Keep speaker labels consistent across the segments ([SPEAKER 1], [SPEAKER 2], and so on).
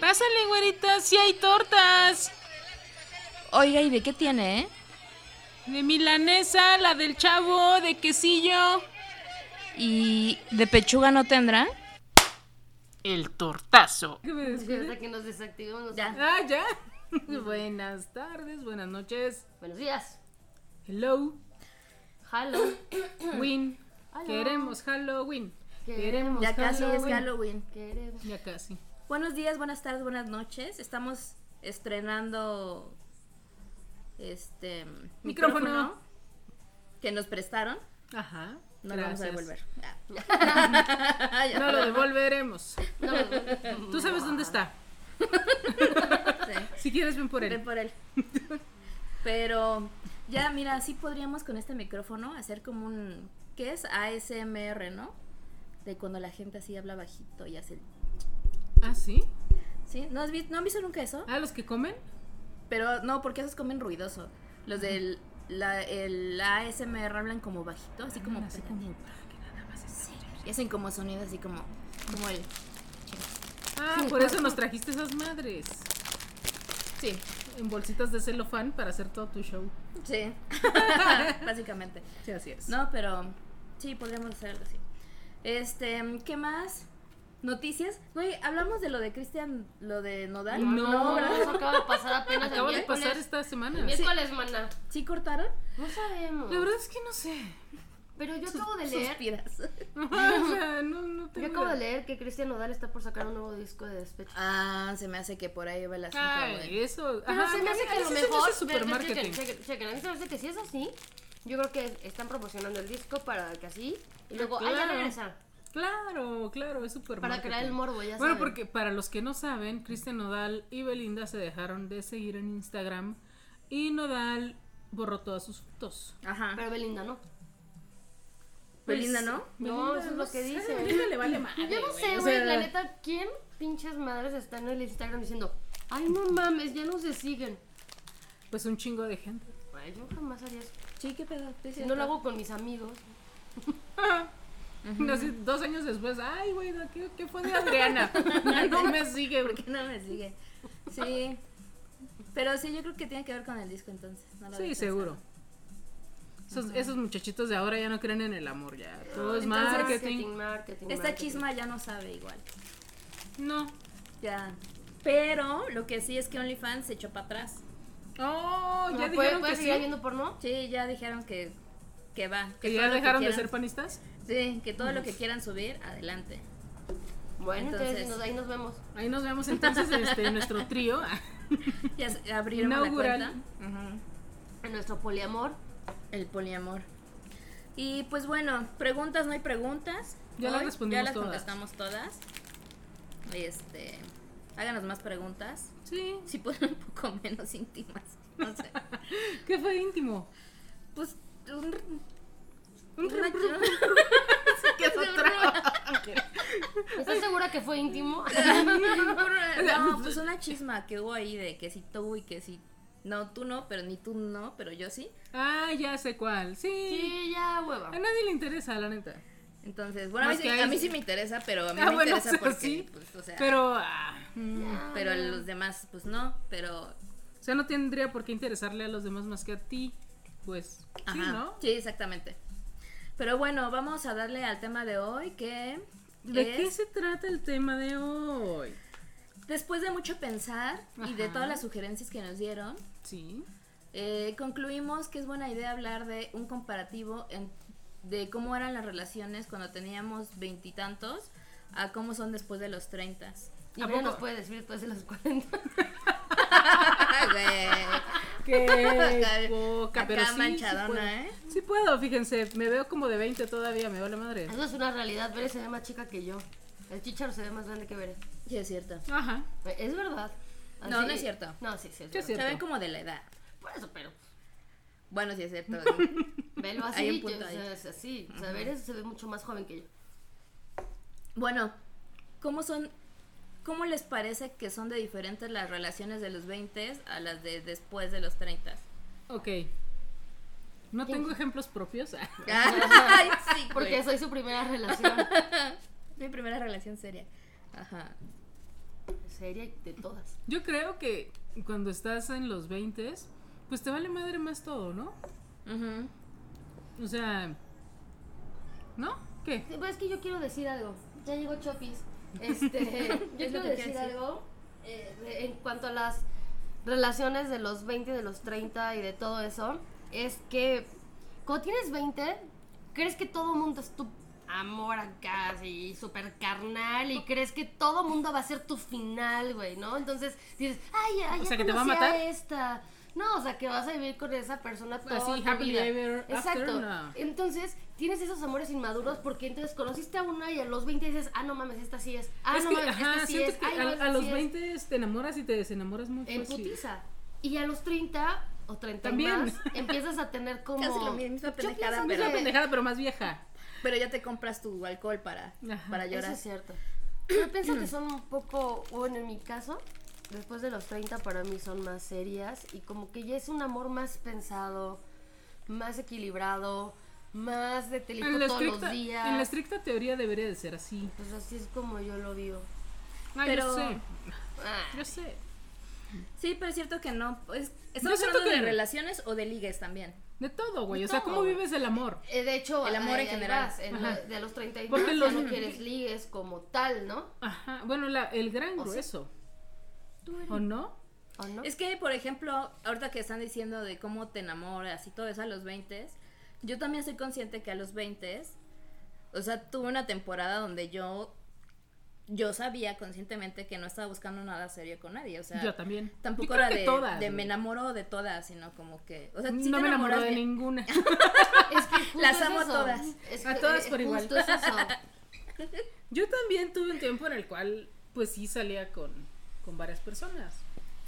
[SPEAKER 1] Pásale, güerita, si hay tortas.
[SPEAKER 2] Oiga, ¿y de qué tiene, eh?
[SPEAKER 1] De milanesa, la del chavo, de quesillo.
[SPEAKER 2] ¿Y de pechuga no tendrá?
[SPEAKER 1] El tortazo.
[SPEAKER 3] Hasta que nos desactivemos. nos-
[SPEAKER 1] Ah, ya. buenas tardes, buenas noches.
[SPEAKER 3] Buenos días.
[SPEAKER 1] Hello,
[SPEAKER 3] Hello.
[SPEAKER 1] Win. Queremos Halloween.
[SPEAKER 3] Queremos-
[SPEAKER 1] Queremos
[SPEAKER 2] Ya casi
[SPEAKER 1] Halloween.
[SPEAKER 2] es Halloween.
[SPEAKER 3] Queremos.
[SPEAKER 1] Ya casi.
[SPEAKER 2] Buenos días, buenas tardes, buenas noches. Estamos estrenando este
[SPEAKER 1] Micrófono.
[SPEAKER 2] que nos prestaron.
[SPEAKER 1] Ajá.
[SPEAKER 2] No lo vamos a
[SPEAKER 1] gracias.
[SPEAKER 2] devolver.
[SPEAKER 1] No lo devolveremos.
[SPEAKER 3] No,
[SPEAKER 1] Tú sabes dónde está.
[SPEAKER 2] Sí,
[SPEAKER 1] Si quieres, ven por
[SPEAKER 2] ven
[SPEAKER 1] él.
[SPEAKER 2] por él. Pero ya, mira, sí podríamos con este micrófono hacer como un ¿qué es? ASMR, ¿no? De cuando la gente así habla bajito y hace
[SPEAKER 1] Ah, sí.
[SPEAKER 2] ¿Sí? ¿No, has vi- ¿No han visto nunca eso?
[SPEAKER 1] Ah, los que comen.
[SPEAKER 2] Pero no, porque esos comen ruidoso. Los del la, el ASMR hablan como bajito, así como
[SPEAKER 1] Ah, Así como para que nada más esté.
[SPEAKER 2] y hacen como sonidos así como como el
[SPEAKER 1] Ah, por eso nos trajiste esas madres.
[SPEAKER 2] sí,
[SPEAKER 1] En bolsitas de celofán para hacer todo tu show.
[SPEAKER 2] sí. Básicamente.
[SPEAKER 1] Sí, así es.
[SPEAKER 2] No, pero sí podríamos hacerlo así. Este, ¿qué más? Noticias. Güey, hablamos de lo de Cristian, lo de Nodal.
[SPEAKER 1] No.
[SPEAKER 2] ¿verdad?
[SPEAKER 3] eso acaba de pasar apenas.
[SPEAKER 1] Acaba
[SPEAKER 3] el
[SPEAKER 1] de
[SPEAKER 3] miércoles.
[SPEAKER 1] pasar este- esta semana.
[SPEAKER 3] El miércoles, mana.
[SPEAKER 2] ¿Sí cortaron?
[SPEAKER 3] No sabemos.
[SPEAKER 1] La verdad es que no sé.
[SPEAKER 3] Pero yo acabo de leer.
[SPEAKER 2] Suspiras.
[SPEAKER 1] O sea, no, no
[SPEAKER 3] Yo
[SPEAKER 1] tengo.
[SPEAKER 3] acabo
[SPEAKER 1] idea.
[SPEAKER 3] de leer que Cristian Nodal está por sacar un nuevo disco de despecho.
[SPEAKER 2] Ah, se me hace que por ahí va el asunto,
[SPEAKER 1] Ay,
[SPEAKER 2] güey.
[SPEAKER 1] eso.
[SPEAKER 3] Pero
[SPEAKER 1] ajá,
[SPEAKER 3] se me hace
[SPEAKER 1] eso
[SPEAKER 3] que a lo
[SPEAKER 1] se me
[SPEAKER 3] mejor.
[SPEAKER 1] hace supermarketing.
[SPEAKER 3] Chequen, chequen, chequen. A mí se me hace que si es así, yo creo que están promocionando el disco para que así. Y luego, ah, ya
[SPEAKER 1] Claro.
[SPEAKER 3] regresa.
[SPEAKER 1] Claro, claro, es supermarketing.
[SPEAKER 3] Para crear el morbo, ya
[SPEAKER 1] Bueno,
[SPEAKER 3] saben.
[SPEAKER 1] porque para los que no saben, Cristian Nodal y Belinda se dejaron de seguir en Instagram y Nodal borró todas sus fotos.
[SPEAKER 2] Ajá.
[SPEAKER 3] Pero Belinda no.
[SPEAKER 2] Belinda, ¿no?
[SPEAKER 3] No, eso es lo que
[SPEAKER 1] dice.
[SPEAKER 3] dicen.
[SPEAKER 1] Pues, le vale madre,
[SPEAKER 3] Yo no
[SPEAKER 1] güey,
[SPEAKER 3] sé,
[SPEAKER 1] o
[SPEAKER 3] güey,
[SPEAKER 1] sea,
[SPEAKER 3] la neta, ¿quién pinches madres está en el Instagram diciendo, ay, no mames, ya no se siguen?
[SPEAKER 1] Pues un chingo de gente.
[SPEAKER 3] Ay, yo jamás haría eso.
[SPEAKER 2] Sí, qué pedo. Sí,
[SPEAKER 3] Si
[SPEAKER 2] sí,
[SPEAKER 3] no lo
[SPEAKER 2] está.
[SPEAKER 3] hago con mis amigos.
[SPEAKER 1] Ajá. Así, dos años después, ay, güey, ¿no? ¿qué, qué fue de Adriana? no me sigue,
[SPEAKER 2] ¿Por
[SPEAKER 1] porque...
[SPEAKER 2] qué no me sigue? Sí. Pero sí, yo creo que tiene que ver con el disco entonces. No lo había
[SPEAKER 1] Sí,
[SPEAKER 2] pensado.
[SPEAKER 1] seguro. Esos, esos muchachitos de ahora ya no creen en el amor, ya. Todo es
[SPEAKER 2] Entonces,
[SPEAKER 1] marketing.
[SPEAKER 3] marketing, marketing.
[SPEAKER 2] Esta
[SPEAKER 3] marketing.
[SPEAKER 2] chisma ya no sabe igual.
[SPEAKER 1] No.
[SPEAKER 2] Ya. Pero lo que sí es que OnlyFans se echó para atrás.
[SPEAKER 1] Oh,
[SPEAKER 3] No,
[SPEAKER 2] Ah,
[SPEAKER 1] ya
[SPEAKER 3] ¿puedes-
[SPEAKER 1] dijeron que
[SPEAKER 3] puedes
[SPEAKER 1] sí.
[SPEAKER 3] seguir viendo porno?
[SPEAKER 2] Sí, ya dijeron que, que va.
[SPEAKER 1] Que
[SPEAKER 2] todo
[SPEAKER 1] ya
[SPEAKER 2] lo
[SPEAKER 1] dejaron de ser
[SPEAKER 2] quieran-
[SPEAKER 1] panistas.
[SPEAKER 2] Sí, que todo lo que quieran subir, adelante.
[SPEAKER 3] Bueno, entonces,
[SPEAKER 2] Entonces-
[SPEAKER 3] nos- ahí nos vemos.
[SPEAKER 1] Ahí nos vemos entonces este, en nuestro trío.
[SPEAKER 2] Ya se- abrieron la
[SPEAKER 1] Inaugural.
[SPEAKER 2] cuenta. Ujú.
[SPEAKER 3] En nuestro poliamor.
[SPEAKER 2] El poliamor. Y pues bueno, preguntas, no hay preguntas.
[SPEAKER 1] Ya las
[SPEAKER 2] Hoy
[SPEAKER 1] respondimos
[SPEAKER 2] Ya las
[SPEAKER 1] todas.
[SPEAKER 2] contestamos todas. Este, háganos más preguntas.
[SPEAKER 1] Sí,
[SPEAKER 2] Si pueden un poco menos íntimas. No sé.
[SPEAKER 1] ¿qué fue íntimo?
[SPEAKER 2] Pues un,
[SPEAKER 1] Un
[SPEAKER 2] una-
[SPEAKER 1] que es otra.
[SPEAKER 3] ¿Estás segura que fue íntimo?
[SPEAKER 2] no, pues una chisma que hubo ahí de que si tú y que si no tú no, pero ni tú no, pero yo sí.
[SPEAKER 1] Ah, ya sé cuál. Sí.
[SPEAKER 3] sí, ya, hueva.
[SPEAKER 1] A nadie le interesa, la neta.
[SPEAKER 2] Entonces, bueno, a mí,
[SPEAKER 1] Más
[SPEAKER 2] sí,
[SPEAKER 1] que hay-
[SPEAKER 2] a mí sí me interesa, pero a mí
[SPEAKER 1] Ah,
[SPEAKER 2] me
[SPEAKER 1] bueno, o
[SPEAKER 2] interesa
[SPEAKER 1] sea,
[SPEAKER 2] porque
[SPEAKER 1] sí,
[SPEAKER 2] pues, o sea,
[SPEAKER 1] Pero, ah,
[SPEAKER 3] Ya,
[SPEAKER 2] pero a
[SPEAKER 3] ya.
[SPEAKER 2] los demás pues no, pero
[SPEAKER 1] o sea, no tendría por qué interesarle a los demás más que a ti. Pues, sí,
[SPEAKER 2] Ajá.
[SPEAKER 1] ¿no?
[SPEAKER 2] Sí, exactamente. Pero bueno, vamos a darle al tema de hoy que
[SPEAKER 1] ¿De qué
[SPEAKER 2] es,
[SPEAKER 1] se trata el tema de hoy?
[SPEAKER 2] después de mucho pensar y de
[SPEAKER 1] Ajá.
[SPEAKER 2] todas las sugerencias que nos dieron,
[SPEAKER 1] Sí.
[SPEAKER 2] eh, concluimos que es buena idea hablar de un comparativo en- de cómo eran las relaciones cuando teníamos veintitantos a cómo son después de los treintas.
[SPEAKER 3] Y
[SPEAKER 1] ¿A
[SPEAKER 3] Brea
[SPEAKER 1] poco?
[SPEAKER 3] nos puede decir después de los 40.
[SPEAKER 1] Qué
[SPEAKER 2] Acá-
[SPEAKER 1] poca, pero
[SPEAKER 2] acá
[SPEAKER 1] sí,
[SPEAKER 2] manchadona,
[SPEAKER 1] sí puedo.
[SPEAKER 2] ¿eh?
[SPEAKER 1] Sí puedo, fíjense, me veo como de 20 todavía, me vale madre.
[SPEAKER 3] Eso es una realidad. Bere se ve más chica que yo. El chicharo se ve más grande que Bere.
[SPEAKER 2] Sí, es cierto.
[SPEAKER 1] Ajá.
[SPEAKER 3] Pues, Es verdad.
[SPEAKER 2] No, no es cierto.
[SPEAKER 3] No, sí, sí. Es
[SPEAKER 1] Yo
[SPEAKER 3] verdad.
[SPEAKER 1] sí. Cierto.
[SPEAKER 2] Se ven como de la edad.
[SPEAKER 3] Por eso, pero.
[SPEAKER 2] Bueno, sí es cierto.
[SPEAKER 3] Velo así.
[SPEAKER 2] Hay un
[SPEAKER 3] yo-
[SPEAKER 2] punto
[SPEAKER 3] o
[SPEAKER 2] ahí.
[SPEAKER 3] sea, es así. O sea, Bere se ve mucho más joven que yo.
[SPEAKER 2] Bueno, ¿cómo son, cómo les parece que son de diferentes las relaciones de los 20 a las de después de los 30?
[SPEAKER 1] Ok. No tengo ejemplos propios.
[SPEAKER 2] Ay, sí,
[SPEAKER 3] Porque
[SPEAKER 2] güey.
[SPEAKER 3] soy su primera relación.
[SPEAKER 2] mi primera relación seria. Ajá.
[SPEAKER 3] seria y de todas.
[SPEAKER 1] Yo creo que cuando estás en los 20, pues te vale madre más todo, ¿no?
[SPEAKER 2] Ujú.
[SPEAKER 1] O sea, ¿no? ¿Qué?
[SPEAKER 3] Sí, pero es que yo quiero decir algo. Ya llegó Chopis. Este, yo
[SPEAKER 2] Es lo
[SPEAKER 3] quiero
[SPEAKER 2] que
[SPEAKER 3] decir
[SPEAKER 2] quiero decir.
[SPEAKER 3] algo eh, de- en cuanto a las relaciones de los 20, de los 30 y de todo eso. Es que cuando tienes 20, crees que todo mundo es tu amor acá, así, súper carnal. Y crees que todo mundo va a ser tu final, güey, ¿no? Entonces dices, ay, ay,
[SPEAKER 1] O
[SPEAKER 3] ya
[SPEAKER 1] sea, que te va a
[SPEAKER 3] conocí
[SPEAKER 1] matar. Pues
[SPEAKER 3] esta. No, o sea, que vas a vivir con esa persona toda
[SPEAKER 1] Así,
[SPEAKER 3] tu
[SPEAKER 1] happily
[SPEAKER 3] vida.
[SPEAKER 1] ever after,
[SPEAKER 3] Exacto.
[SPEAKER 1] no.
[SPEAKER 3] Entonces, tienes esos amores inmaduros porque entonces conociste a una y a los 20 dices, ah, no mames, esta sí es. Ah,
[SPEAKER 1] es
[SPEAKER 3] no
[SPEAKER 1] que,
[SPEAKER 3] mames,
[SPEAKER 1] ajá,
[SPEAKER 3] esta sí
[SPEAKER 1] siento
[SPEAKER 3] es.
[SPEAKER 1] que
[SPEAKER 3] Ay, no,
[SPEAKER 1] a,
[SPEAKER 3] esta
[SPEAKER 1] a
[SPEAKER 3] sí
[SPEAKER 1] los
[SPEAKER 3] es".
[SPEAKER 1] 20 te enamoras y te desenamoras muy
[SPEAKER 3] En
[SPEAKER 1] fácil.
[SPEAKER 3] putiza. Y a los 30 o 30
[SPEAKER 1] También.
[SPEAKER 3] más, empiezas a tener como...
[SPEAKER 2] Casi lo mismo, misma
[SPEAKER 3] Yo
[SPEAKER 2] pendejada,
[SPEAKER 3] pienso
[SPEAKER 1] Es una
[SPEAKER 3] que-
[SPEAKER 1] pendejada, pero más vieja.
[SPEAKER 2] Pero ya te compras tu alcohol para,
[SPEAKER 1] Ajá.
[SPEAKER 2] para
[SPEAKER 3] Eso
[SPEAKER 2] llorar.
[SPEAKER 3] es cierto. Yo pienso que son un poco, bueno, en mi caso, después de los 30 para mí son más serias y como que ya es un amor más pensado, más equilibrado, más de teléfono
[SPEAKER 1] En la,
[SPEAKER 3] todos
[SPEAKER 1] estricta,
[SPEAKER 3] los días.
[SPEAKER 1] en la estricta teoría debería de ser así.
[SPEAKER 3] Pues así es como yo lo vivo.
[SPEAKER 1] Ah, yo
[SPEAKER 2] Pero-
[SPEAKER 1] sé,
[SPEAKER 3] Ah,
[SPEAKER 1] yo sé.
[SPEAKER 2] Sí, pero es cierto que no. Pues,
[SPEAKER 1] Yo
[SPEAKER 2] ¿Estamos
[SPEAKER 1] siento
[SPEAKER 2] hablando
[SPEAKER 1] que
[SPEAKER 2] de
[SPEAKER 1] no.
[SPEAKER 2] relaciones o de ligues también?
[SPEAKER 1] De todo, güey.
[SPEAKER 3] De
[SPEAKER 1] O sea,
[SPEAKER 3] todo,
[SPEAKER 1] ¿cómo
[SPEAKER 3] güey.
[SPEAKER 1] vives el amor?
[SPEAKER 3] eh, de hecho,
[SPEAKER 2] El amor
[SPEAKER 3] ahí-
[SPEAKER 2] en
[SPEAKER 3] ahí
[SPEAKER 2] general.
[SPEAKER 3] vas, en
[SPEAKER 1] Ajá.
[SPEAKER 3] la- de los 30 y
[SPEAKER 1] Porque
[SPEAKER 3] más,
[SPEAKER 1] los-
[SPEAKER 3] ya no quieres ligues como tal, ¿no?
[SPEAKER 1] Ajá. Bueno, la- el gran
[SPEAKER 3] O sea,
[SPEAKER 1] grueso. ¿O no?
[SPEAKER 3] ¿O no?
[SPEAKER 2] Es que, por ejemplo, ahorita que están diciendo de cómo te enamoras y todo eso a los 20, yo también soy consciente que a los 20, o sea, tuve una temporada donde yo yo sabía conscientemente que no estaba buscando nada serio con nadie, o sea,
[SPEAKER 1] Yo también.
[SPEAKER 2] tampoco
[SPEAKER 1] Yo creo
[SPEAKER 2] era
[SPEAKER 1] que
[SPEAKER 2] de,
[SPEAKER 1] todas,
[SPEAKER 2] de me
[SPEAKER 1] güey.
[SPEAKER 2] enamoro de todas, sino como que, o sea, sí
[SPEAKER 1] no
[SPEAKER 2] te
[SPEAKER 1] me enamoro
[SPEAKER 2] enamoras
[SPEAKER 1] de
[SPEAKER 2] bien.
[SPEAKER 1] ninguna.
[SPEAKER 3] Es que justo
[SPEAKER 2] Las
[SPEAKER 3] es
[SPEAKER 2] amo a
[SPEAKER 3] eso.
[SPEAKER 2] todas.
[SPEAKER 3] Es
[SPEAKER 1] A
[SPEAKER 3] que,
[SPEAKER 1] todas
[SPEAKER 3] eh,
[SPEAKER 1] por igual.
[SPEAKER 3] Justo es eso.
[SPEAKER 1] Yo también tuve un tiempo en el cual, pues sí salía con, con varias personas.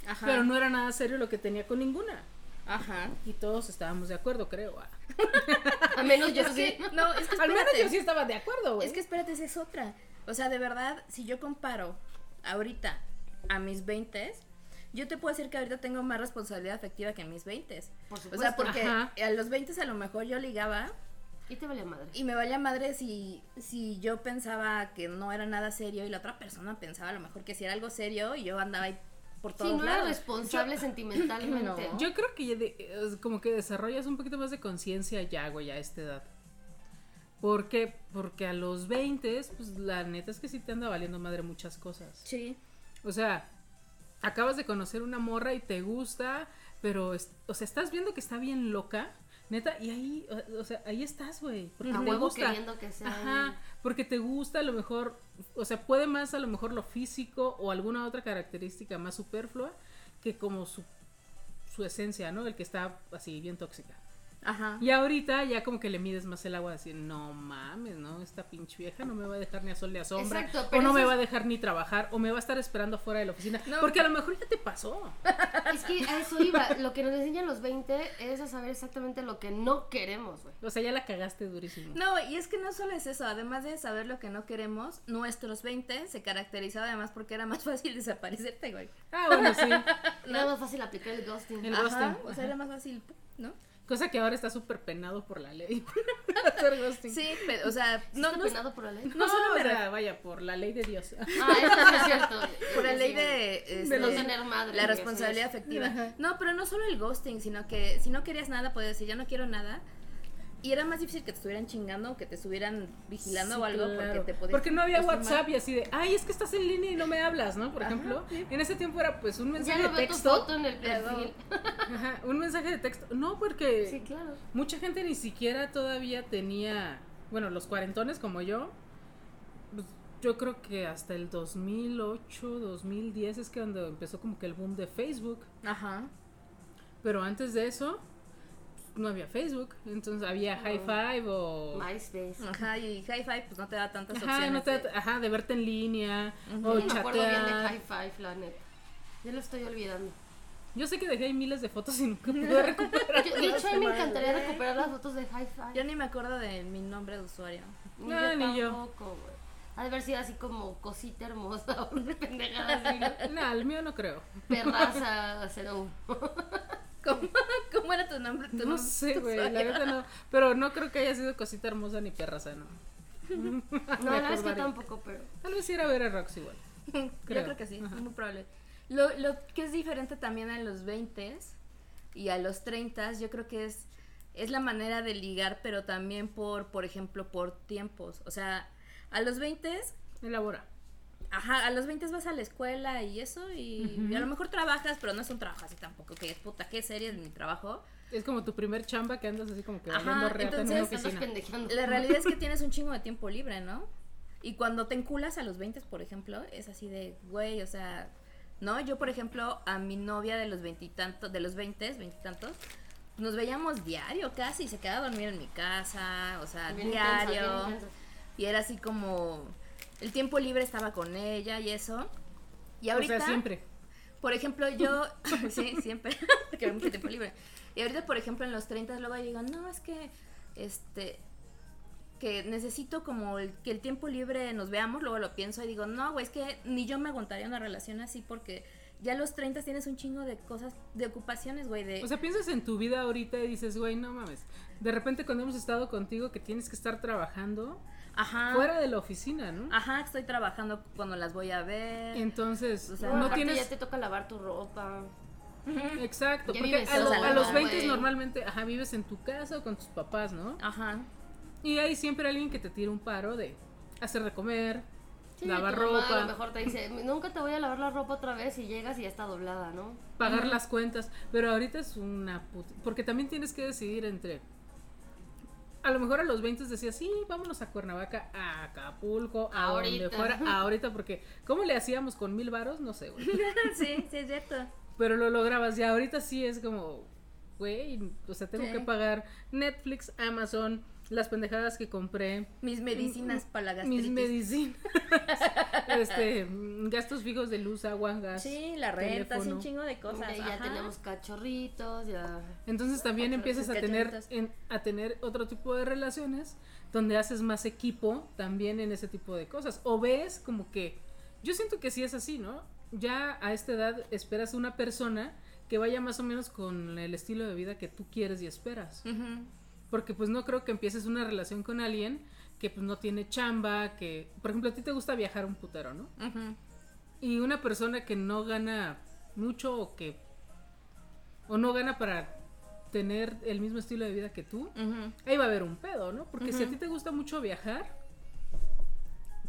[SPEAKER 2] Ajá.
[SPEAKER 1] Pero no era nada serio lo que tenía con ninguna.
[SPEAKER 2] Ajá.
[SPEAKER 1] Y todos estábamos de acuerdo, creo. ah.
[SPEAKER 3] A menos yo
[SPEAKER 2] Es que-
[SPEAKER 3] sí.
[SPEAKER 2] no, es que
[SPEAKER 1] Al menos
[SPEAKER 2] espérate.
[SPEAKER 1] yo sí estaba de acuerdo, güey.
[SPEAKER 2] Es que espérate, esa es otra. O sea, de verdad, si yo comparo ahorita a mis 20, yo te puedo decir que ahorita tengo más responsabilidad afectiva que en mis 20.
[SPEAKER 3] Por
[SPEAKER 2] O sea,
[SPEAKER 3] supuesto.
[SPEAKER 2] porque
[SPEAKER 1] Ajá.
[SPEAKER 2] a los 20 a lo mejor yo ligaba
[SPEAKER 3] Y te vale madre.
[SPEAKER 2] y me valía madre si, si yo pensaba que no era nada serio y la otra persona pensaba a lo mejor que si era algo serio y yo andaba ahí por
[SPEAKER 3] Si
[SPEAKER 2] todos
[SPEAKER 3] no eres
[SPEAKER 2] lados.
[SPEAKER 3] responsable sentimentalmente.
[SPEAKER 2] No.
[SPEAKER 1] Yo creo que ya de- es como que desarrollas un poquito más de conciencia ya, güey, a esta edad. ¿Por qué? Porque a los 20, pues la neta es que sí te anda valiendo madre muchas cosas.
[SPEAKER 2] Sí.
[SPEAKER 1] O sea, acabas de conocer una morra y te gusta, pero, es- o sea, estás viendo que está bien loca, neta, y ahí, o- o sea, ahí estás, güey, porque
[SPEAKER 3] A
[SPEAKER 1] te
[SPEAKER 3] huevo
[SPEAKER 1] gusta.
[SPEAKER 3] queriendo que sea.
[SPEAKER 1] Ajá, porque te gusta a lo mejor, o sea, puede más a lo mejor lo físico o alguna otra característica más superflua que como su, su esencia, ¿no? El que está así bien tóxica.
[SPEAKER 2] Ajá.
[SPEAKER 1] Y ahorita ya como que le mides más el agua, decir, no mames, ¿no? Esta pinche vieja no me va a dejar ni a sol ni a sombra.
[SPEAKER 3] Exacto,
[SPEAKER 1] o
[SPEAKER 3] pero
[SPEAKER 1] no
[SPEAKER 3] eso
[SPEAKER 1] me
[SPEAKER 3] es-
[SPEAKER 1] va a dejar ni trabajar, o me va a estar esperando fuera de la oficina.
[SPEAKER 2] No.
[SPEAKER 1] Porque a lo mejor ya te pasó.
[SPEAKER 3] Es que a eso iba. Lo que nos enseñan los 20 es a saber exactamente lo que no queremos, güey.
[SPEAKER 1] O sea, ya la cagaste durísimo.
[SPEAKER 2] No, y es que no solo es eso, además de saber lo que no queremos, nuestros 20 se caracterizaba además porque era más fácil desaparecerte, güey.
[SPEAKER 1] Ah, bueno, sí.
[SPEAKER 3] Era más fácil aplicar el ghosting.
[SPEAKER 1] El-
[SPEAKER 2] Ajá,
[SPEAKER 1] ghosting.
[SPEAKER 2] o sea, era más fácil, ¿no?
[SPEAKER 1] Cosa que ahora está súper penado por la ley. Hacer ghosting.
[SPEAKER 2] Sí, pero, o sea, no,
[SPEAKER 3] ¿Está
[SPEAKER 2] no,
[SPEAKER 3] penado por la ley?
[SPEAKER 1] No,
[SPEAKER 2] No, solo
[SPEAKER 1] o
[SPEAKER 2] me
[SPEAKER 1] sea, vaya, por la ley de Dios.
[SPEAKER 3] Ah, eso sí es cierto.
[SPEAKER 2] por la
[SPEAKER 3] Sí,
[SPEAKER 2] ley
[SPEAKER 3] güey.
[SPEAKER 2] de, este,
[SPEAKER 1] los-
[SPEAKER 3] tener madre,
[SPEAKER 2] la
[SPEAKER 3] güey,
[SPEAKER 2] responsabilidad
[SPEAKER 3] eso
[SPEAKER 2] afectiva.
[SPEAKER 1] Ajá.
[SPEAKER 2] No, pero no solo el ghosting, sino que si no querías nada, podías decir, ya no quiero nada. Y era más difícil que te estuvieran chingando, que te estuvieran vigilando
[SPEAKER 1] Sí,
[SPEAKER 2] o algo, porque
[SPEAKER 1] claro.
[SPEAKER 2] te podías...
[SPEAKER 1] Porque no había
[SPEAKER 2] lastimar.
[SPEAKER 1] WhatsApp y así de, ay, es que estás en línea y no me hablas, ¿no? Por
[SPEAKER 2] Ajá,
[SPEAKER 1] ejemplo,
[SPEAKER 2] sí.
[SPEAKER 1] en ese tiempo era pues un
[SPEAKER 3] Ya
[SPEAKER 1] mensaje de
[SPEAKER 3] no veo tu
[SPEAKER 1] texto.
[SPEAKER 3] foto en el perfil.
[SPEAKER 1] Ajá, un mensaje de texto. No, porque
[SPEAKER 3] Sí, claro.
[SPEAKER 1] mucha gente ni siquiera todavía tenía, bueno, los cuarentones como yo, pues, yo creo que hasta el 2008, 2010 es que cuando empezó como que el boom de Facebook,
[SPEAKER 2] Ajá.
[SPEAKER 1] pero antes de eso pues, no había Facebook, entonces había High Five o
[SPEAKER 3] MySpace.
[SPEAKER 2] Ajá, y Hi-Fi pues no te da tantas
[SPEAKER 1] ajá,
[SPEAKER 2] opciones.
[SPEAKER 1] no te-
[SPEAKER 2] de-
[SPEAKER 1] ajá, de verte en línea
[SPEAKER 2] Ujú.
[SPEAKER 1] o
[SPEAKER 3] Yo no me acuerdo bien de
[SPEAKER 1] chatear.
[SPEAKER 3] High Five, la neta. Ya lo estoy olvidando.
[SPEAKER 1] Yo sé que dejé ahí miles de fotos y nunca pude recuperar.
[SPEAKER 3] Yo- de hecho, a mí me
[SPEAKER 2] Madre.
[SPEAKER 3] encantaría recuperar las fotos de High Five.
[SPEAKER 2] Yo ni me acuerdo de mi nombre de usuario.
[SPEAKER 3] Ni
[SPEAKER 1] No,
[SPEAKER 3] yo
[SPEAKER 1] ni yo.
[SPEAKER 3] tampoco, güey. Ha de haber sido así como cosita hermosa, una pendejada así, ¿no?
[SPEAKER 1] No, el mío no creo.
[SPEAKER 3] perraza cero.
[SPEAKER 2] ¿Cómo, cómo era tu nombre? Tu
[SPEAKER 1] No
[SPEAKER 2] nom-
[SPEAKER 1] sé,
[SPEAKER 2] tu
[SPEAKER 1] güey, la
[SPEAKER 2] usuario?
[SPEAKER 1] verdad no. Pero no creo que haya sido cosita hermosa ni perraza, no.
[SPEAKER 3] No, la verdad es que
[SPEAKER 1] acordaría.
[SPEAKER 3] tampoco, pero.
[SPEAKER 1] Tal vez ir a ver a Roxy igual.
[SPEAKER 2] Yo creo que sí, es muy probable. Lo, lo que es diferente también a los 20 y a los 30, yo creo que es, es la manera de ligar, pero también por, por ejemplo, por tiempos. O sea, a los 20,
[SPEAKER 1] Elabora.
[SPEAKER 2] ajá, a los 20 vas a la escuela y eso, y, y a lo mejor trabajas, pero no es un trabajo así tampoco, que puta, qué serie es mi trabajo.
[SPEAKER 1] Es como tu primer chamba que andas así como que
[SPEAKER 2] Ajá,
[SPEAKER 1] hablando reata en una
[SPEAKER 2] entonces,
[SPEAKER 3] Andas
[SPEAKER 1] oficina.
[SPEAKER 3] pendejeando.
[SPEAKER 2] La realidad es que tienes un chingo de tiempo libre, ¿no? Y cuando te enculas a los 20, por ejemplo, es así de, güey, o sea, ¿no? Yo, por ejemplo, a mi novia de los veintitantos, de los 20, veintitantos, nos veíamos diario casi, se quedaba a dormir en mi casa, o sea,
[SPEAKER 3] Bien intensa,
[SPEAKER 2] diario.
[SPEAKER 3] bien intensa.
[SPEAKER 2] y era así como, el tiempo libre estaba con ella y eso. Y ahorita,
[SPEAKER 1] O sea, siempre.
[SPEAKER 2] por ejemplo, yo, sí, siempre, porque hay mucho tiempo libre. Y ahorita, por ejemplo, en los 30 luego digo, no, es que, este, que necesito como el- que el tiempo libre nos veamos, luego lo pienso y digo, no, güey, es que ni yo me aguantaría una relación así porque ya a los 30 tienes un chingo de cosas, de ocupaciones, güey, de...
[SPEAKER 1] O sea, piensas en tu vida ahorita y dices, güey, no mames. De repente cuando hemos estado contigo que tienes que estar trabajando
[SPEAKER 2] ajá,
[SPEAKER 1] fuera de la oficina, ¿no?
[SPEAKER 2] ajá, estoy trabajando cuando las voy a ver.
[SPEAKER 1] Entonces,
[SPEAKER 2] O sea,
[SPEAKER 3] No,
[SPEAKER 1] no
[SPEAKER 3] aparte
[SPEAKER 1] tienes...
[SPEAKER 3] ya te toca lavar tu ropa.
[SPEAKER 1] Exacto,
[SPEAKER 3] Ya
[SPEAKER 1] porque
[SPEAKER 3] vives
[SPEAKER 1] a, lo-
[SPEAKER 2] sola,
[SPEAKER 1] a los
[SPEAKER 2] ¿no,
[SPEAKER 1] 20
[SPEAKER 3] güey?
[SPEAKER 1] normalmente, ajá, vives en tu casa o con tus papás, ¿no?
[SPEAKER 2] Ajá.
[SPEAKER 1] Y hay siempre alguien que te tira un paro de hacer de comer,
[SPEAKER 3] Sí,
[SPEAKER 1] lavar
[SPEAKER 3] tu mamá
[SPEAKER 1] ropa,
[SPEAKER 3] A lo mejor te dice, nunca te voy a lavar la ropa otra vez y llegas y ya está doblada, ¿no?
[SPEAKER 1] pagar las cuentas, pero ahorita es una puta, porque también tienes que decidir entre a lo mejor a los 20 decías, sí, vámonos a Cuernavaca, a Acapulco, a
[SPEAKER 3] Ahorita.
[SPEAKER 1] donde fuera, ahorita, porque ¿cómo le hacíamos con mil varos? No sé, güey.
[SPEAKER 2] sí, sí, es cierto.
[SPEAKER 1] Pero lo lograbas, ya ahorita sí es como, güey, o sea, tengo
[SPEAKER 2] Sí.
[SPEAKER 1] que pagar Netflix, Amazon, las pendejadas que compré,
[SPEAKER 2] Mis medicinas para la gastritis.
[SPEAKER 1] mis medicinas, este, gastos fijos de luz, agua, gas.
[SPEAKER 2] Sí, la renta, sí,
[SPEAKER 1] teléfono.
[SPEAKER 2] un chingo de cosas.
[SPEAKER 3] Y ya
[SPEAKER 2] ajá.
[SPEAKER 3] tenemos cachorritos, ya.
[SPEAKER 1] Entonces también
[SPEAKER 2] Otros
[SPEAKER 1] empiezas a tener,
[SPEAKER 2] cachorritos.
[SPEAKER 1] en- a tener otro tipo de relaciones donde haces más equipo también en ese tipo de cosas. O ves como que, yo siento que sí es así, ¿no? Ya a esta edad esperas una persona que vaya más o menos con el estilo de vida que tú quieres y esperas.
[SPEAKER 2] Ujú.
[SPEAKER 1] Porque pues no creo que empieces una relación con alguien que pues no tiene chamba, que, por ejemplo, a ti te gusta viajar un putero, ¿no?
[SPEAKER 2] Ujú.
[SPEAKER 1] Y una persona que no gana mucho o que. o no gana para tener el mismo estilo de vida que tú,
[SPEAKER 2] Ujú.
[SPEAKER 1] ahí va a haber un pedo, ¿no? Porque si a
[SPEAKER 2] Ujú.
[SPEAKER 1] ti te gusta mucho viajar,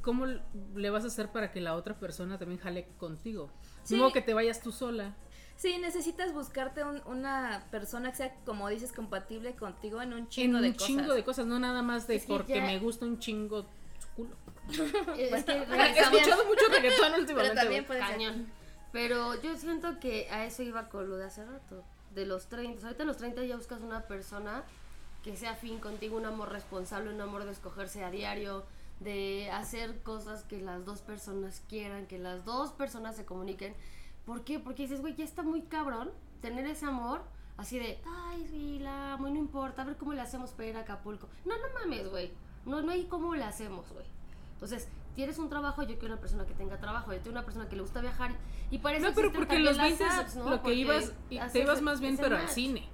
[SPEAKER 1] ¿cómo l- le vas a hacer para que la otra persona también jale contigo?
[SPEAKER 2] Sí.
[SPEAKER 1] De modo que te vayas tú sola.
[SPEAKER 2] Sí, necesitas buscarte un- una persona que sea, como dices, compatible contigo en un chingo
[SPEAKER 1] en
[SPEAKER 2] de
[SPEAKER 1] un
[SPEAKER 2] cosas.
[SPEAKER 1] chingo de cosas, no nada más de
[SPEAKER 3] Es que
[SPEAKER 1] porque
[SPEAKER 3] ya-
[SPEAKER 1] me gusta un chingo su culo.
[SPEAKER 3] es que
[SPEAKER 1] He
[SPEAKER 3] regresamos-
[SPEAKER 1] escuchado mucho reggaetón últimamente.
[SPEAKER 2] Pero también
[SPEAKER 1] güey.
[SPEAKER 2] puede ser.
[SPEAKER 3] Cañón. Pero yo siento que a eso iba con lo de hace rato, de los 30. Ahorita a los 30 ya buscas una persona que sea afín contigo, un amor responsable, un amor de escogerse a diario, de hacer cosas que las dos personas quieran, que las dos personas se comuniquen. ¿Por qué? Porque dices, güey, ya está muy cabrón tener ese amor así de, ay, sí, la amo y no importa, a ver cómo le hacemos para ir a Acapulco. No, no mames, güey. No, no hay cómo le hacemos, güey. Entonces, tienes un trabajo, yo quiero una persona que tenga trabajo, yo tengo una persona que le gusta viajar. Y para eso
[SPEAKER 1] No, pero
[SPEAKER 3] existen
[SPEAKER 1] porque en
[SPEAKER 3] pues, también
[SPEAKER 1] los
[SPEAKER 3] las
[SPEAKER 1] 20
[SPEAKER 3] apps, ¿no?
[SPEAKER 1] lo que
[SPEAKER 3] Porque
[SPEAKER 1] ibas, y te
[SPEAKER 3] haces
[SPEAKER 1] ibas
[SPEAKER 3] el-
[SPEAKER 1] más bien,
[SPEAKER 3] ese
[SPEAKER 1] pero al
[SPEAKER 3] match.
[SPEAKER 1] cine.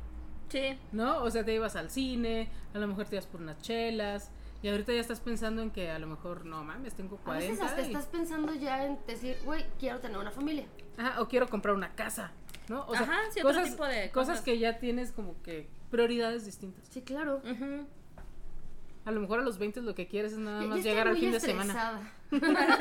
[SPEAKER 2] Sí.
[SPEAKER 1] ¿no? O sea, te ibas al cine, a lo mejor te ibas por unas chelas, y ahorita ya estás pensando en que a lo mejor, no mames, tengo
[SPEAKER 3] A
[SPEAKER 1] 40.
[SPEAKER 3] veces hasta
[SPEAKER 1] y-
[SPEAKER 3] estás pensando ya en decir, güey, quiero tener una familia.
[SPEAKER 1] Ajá, o quiero comprar una casa, ¿no? O sea,
[SPEAKER 2] Ajá, sí, otro
[SPEAKER 1] cosas,
[SPEAKER 2] tipo
[SPEAKER 1] cosas
[SPEAKER 2] de cosas.
[SPEAKER 1] que ya tienes como que prioridades distintas.
[SPEAKER 3] Sí, claro.
[SPEAKER 2] Ujú.
[SPEAKER 1] A lo mejor a los 20 lo que quieres es nada
[SPEAKER 3] Ya- ya
[SPEAKER 1] más
[SPEAKER 3] estoy
[SPEAKER 1] llegar al
[SPEAKER 3] muy
[SPEAKER 1] fin de semana.
[SPEAKER 3] estresada.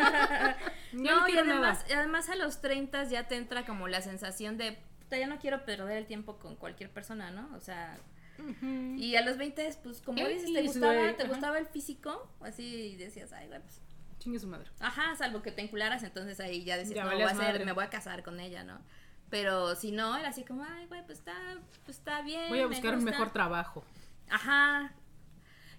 [SPEAKER 1] Yo
[SPEAKER 2] No, y
[SPEAKER 1] quiero
[SPEAKER 2] además,
[SPEAKER 1] nada.
[SPEAKER 2] y además a los 30 ya te entra como la sensación de, puta, ya no quiero perder el tiempo con cualquier persona, ¿no? O sea, y a los 20, pues como
[SPEAKER 1] Eh,
[SPEAKER 2] dices,
[SPEAKER 1] y
[SPEAKER 2] te
[SPEAKER 1] sí,
[SPEAKER 2] gustaba,
[SPEAKER 1] güey,
[SPEAKER 2] te
[SPEAKER 1] ajá.
[SPEAKER 2] gustaba el físico, así y decías, ay, güey, pues,
[SPEAKER 1] Chingue su madre.
[SPEAKER 2] ajá, salvo que te encularas, entonces ahí ya decías,
[SPEAKER 1] Ya
[SPEAKER 2] no, voy a
[SPEAKER 1] valías
[SPEAKER 2] hacer-
[SPEAKER 1] madre.
[SPEAKER 2] me voy a casar con ella, ¿no? Pero si no, era así como, ay, güey, pues está, pues está bien.
[SPEAKER 1] Voy a
[SPEAKER 2] me
[SPEAKER 1] buscar un
[SPEAKER 2] gusta".
[SPEAKER 1] mejor trabajo.
[SPEAKER 2] Ajá.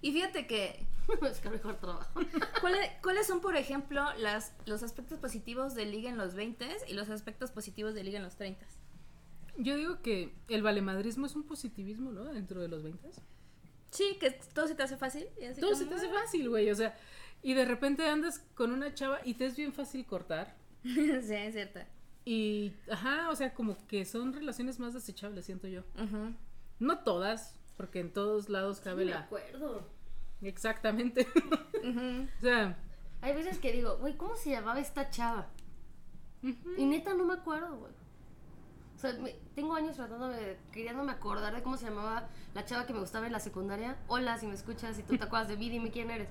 [SPEAKER 2] Y fíjate que,
[SPEAKER 3] Buscar mejor trabajo.
[SPEAKER 2] ¿cuáles, cuáles son, por ejemplo, las, los aspectos positivos de liga en los 20 y los aspectos positivos de liga en los 30?
[SPEAKER 1] Yo digo que el valemadrismo es un positivismo, ¿no? Dentro de los 20.
[SPEAKER 2] Sí, que todo se te hace fácil. y así
[SPEAKER 1] Todo
[SPEAKER 2] como, "Ah".
[SPEAKER 1] se te hace fácil, güey. O sea, y de repente andas con una chava y te es bien fácil cortar.
[SPEAKER 2] sí, es cierto.
[SPEAKER 1] Y, ajá, o sea, como que son relaciones más desechables, siento yo.
[SPEAKER 2] Ujú.
[SPEAKER 1] No todas, porque en todos lados cabe
[SPEAKER 3] Me
[SPEAKER 1] la...
[SPEAKER 3] acuerdo.
[SPEAKER 1] Exactamente.
[SPEAKER 2] Ujú.
[SPEAKER 1] o sea,
[SPEAKER 3] Hay veces que digo, güey, ¿cómo se llamaba esta chava? Y neta no me acuerdo, güey. O sea, me- tengo años tratándome, de- queriéndome acordar de cómo se llamaba la chava que me gustaba en la secundaria. Hola, si me escuchas, si tú te acuerdas de mí, dime quién eres.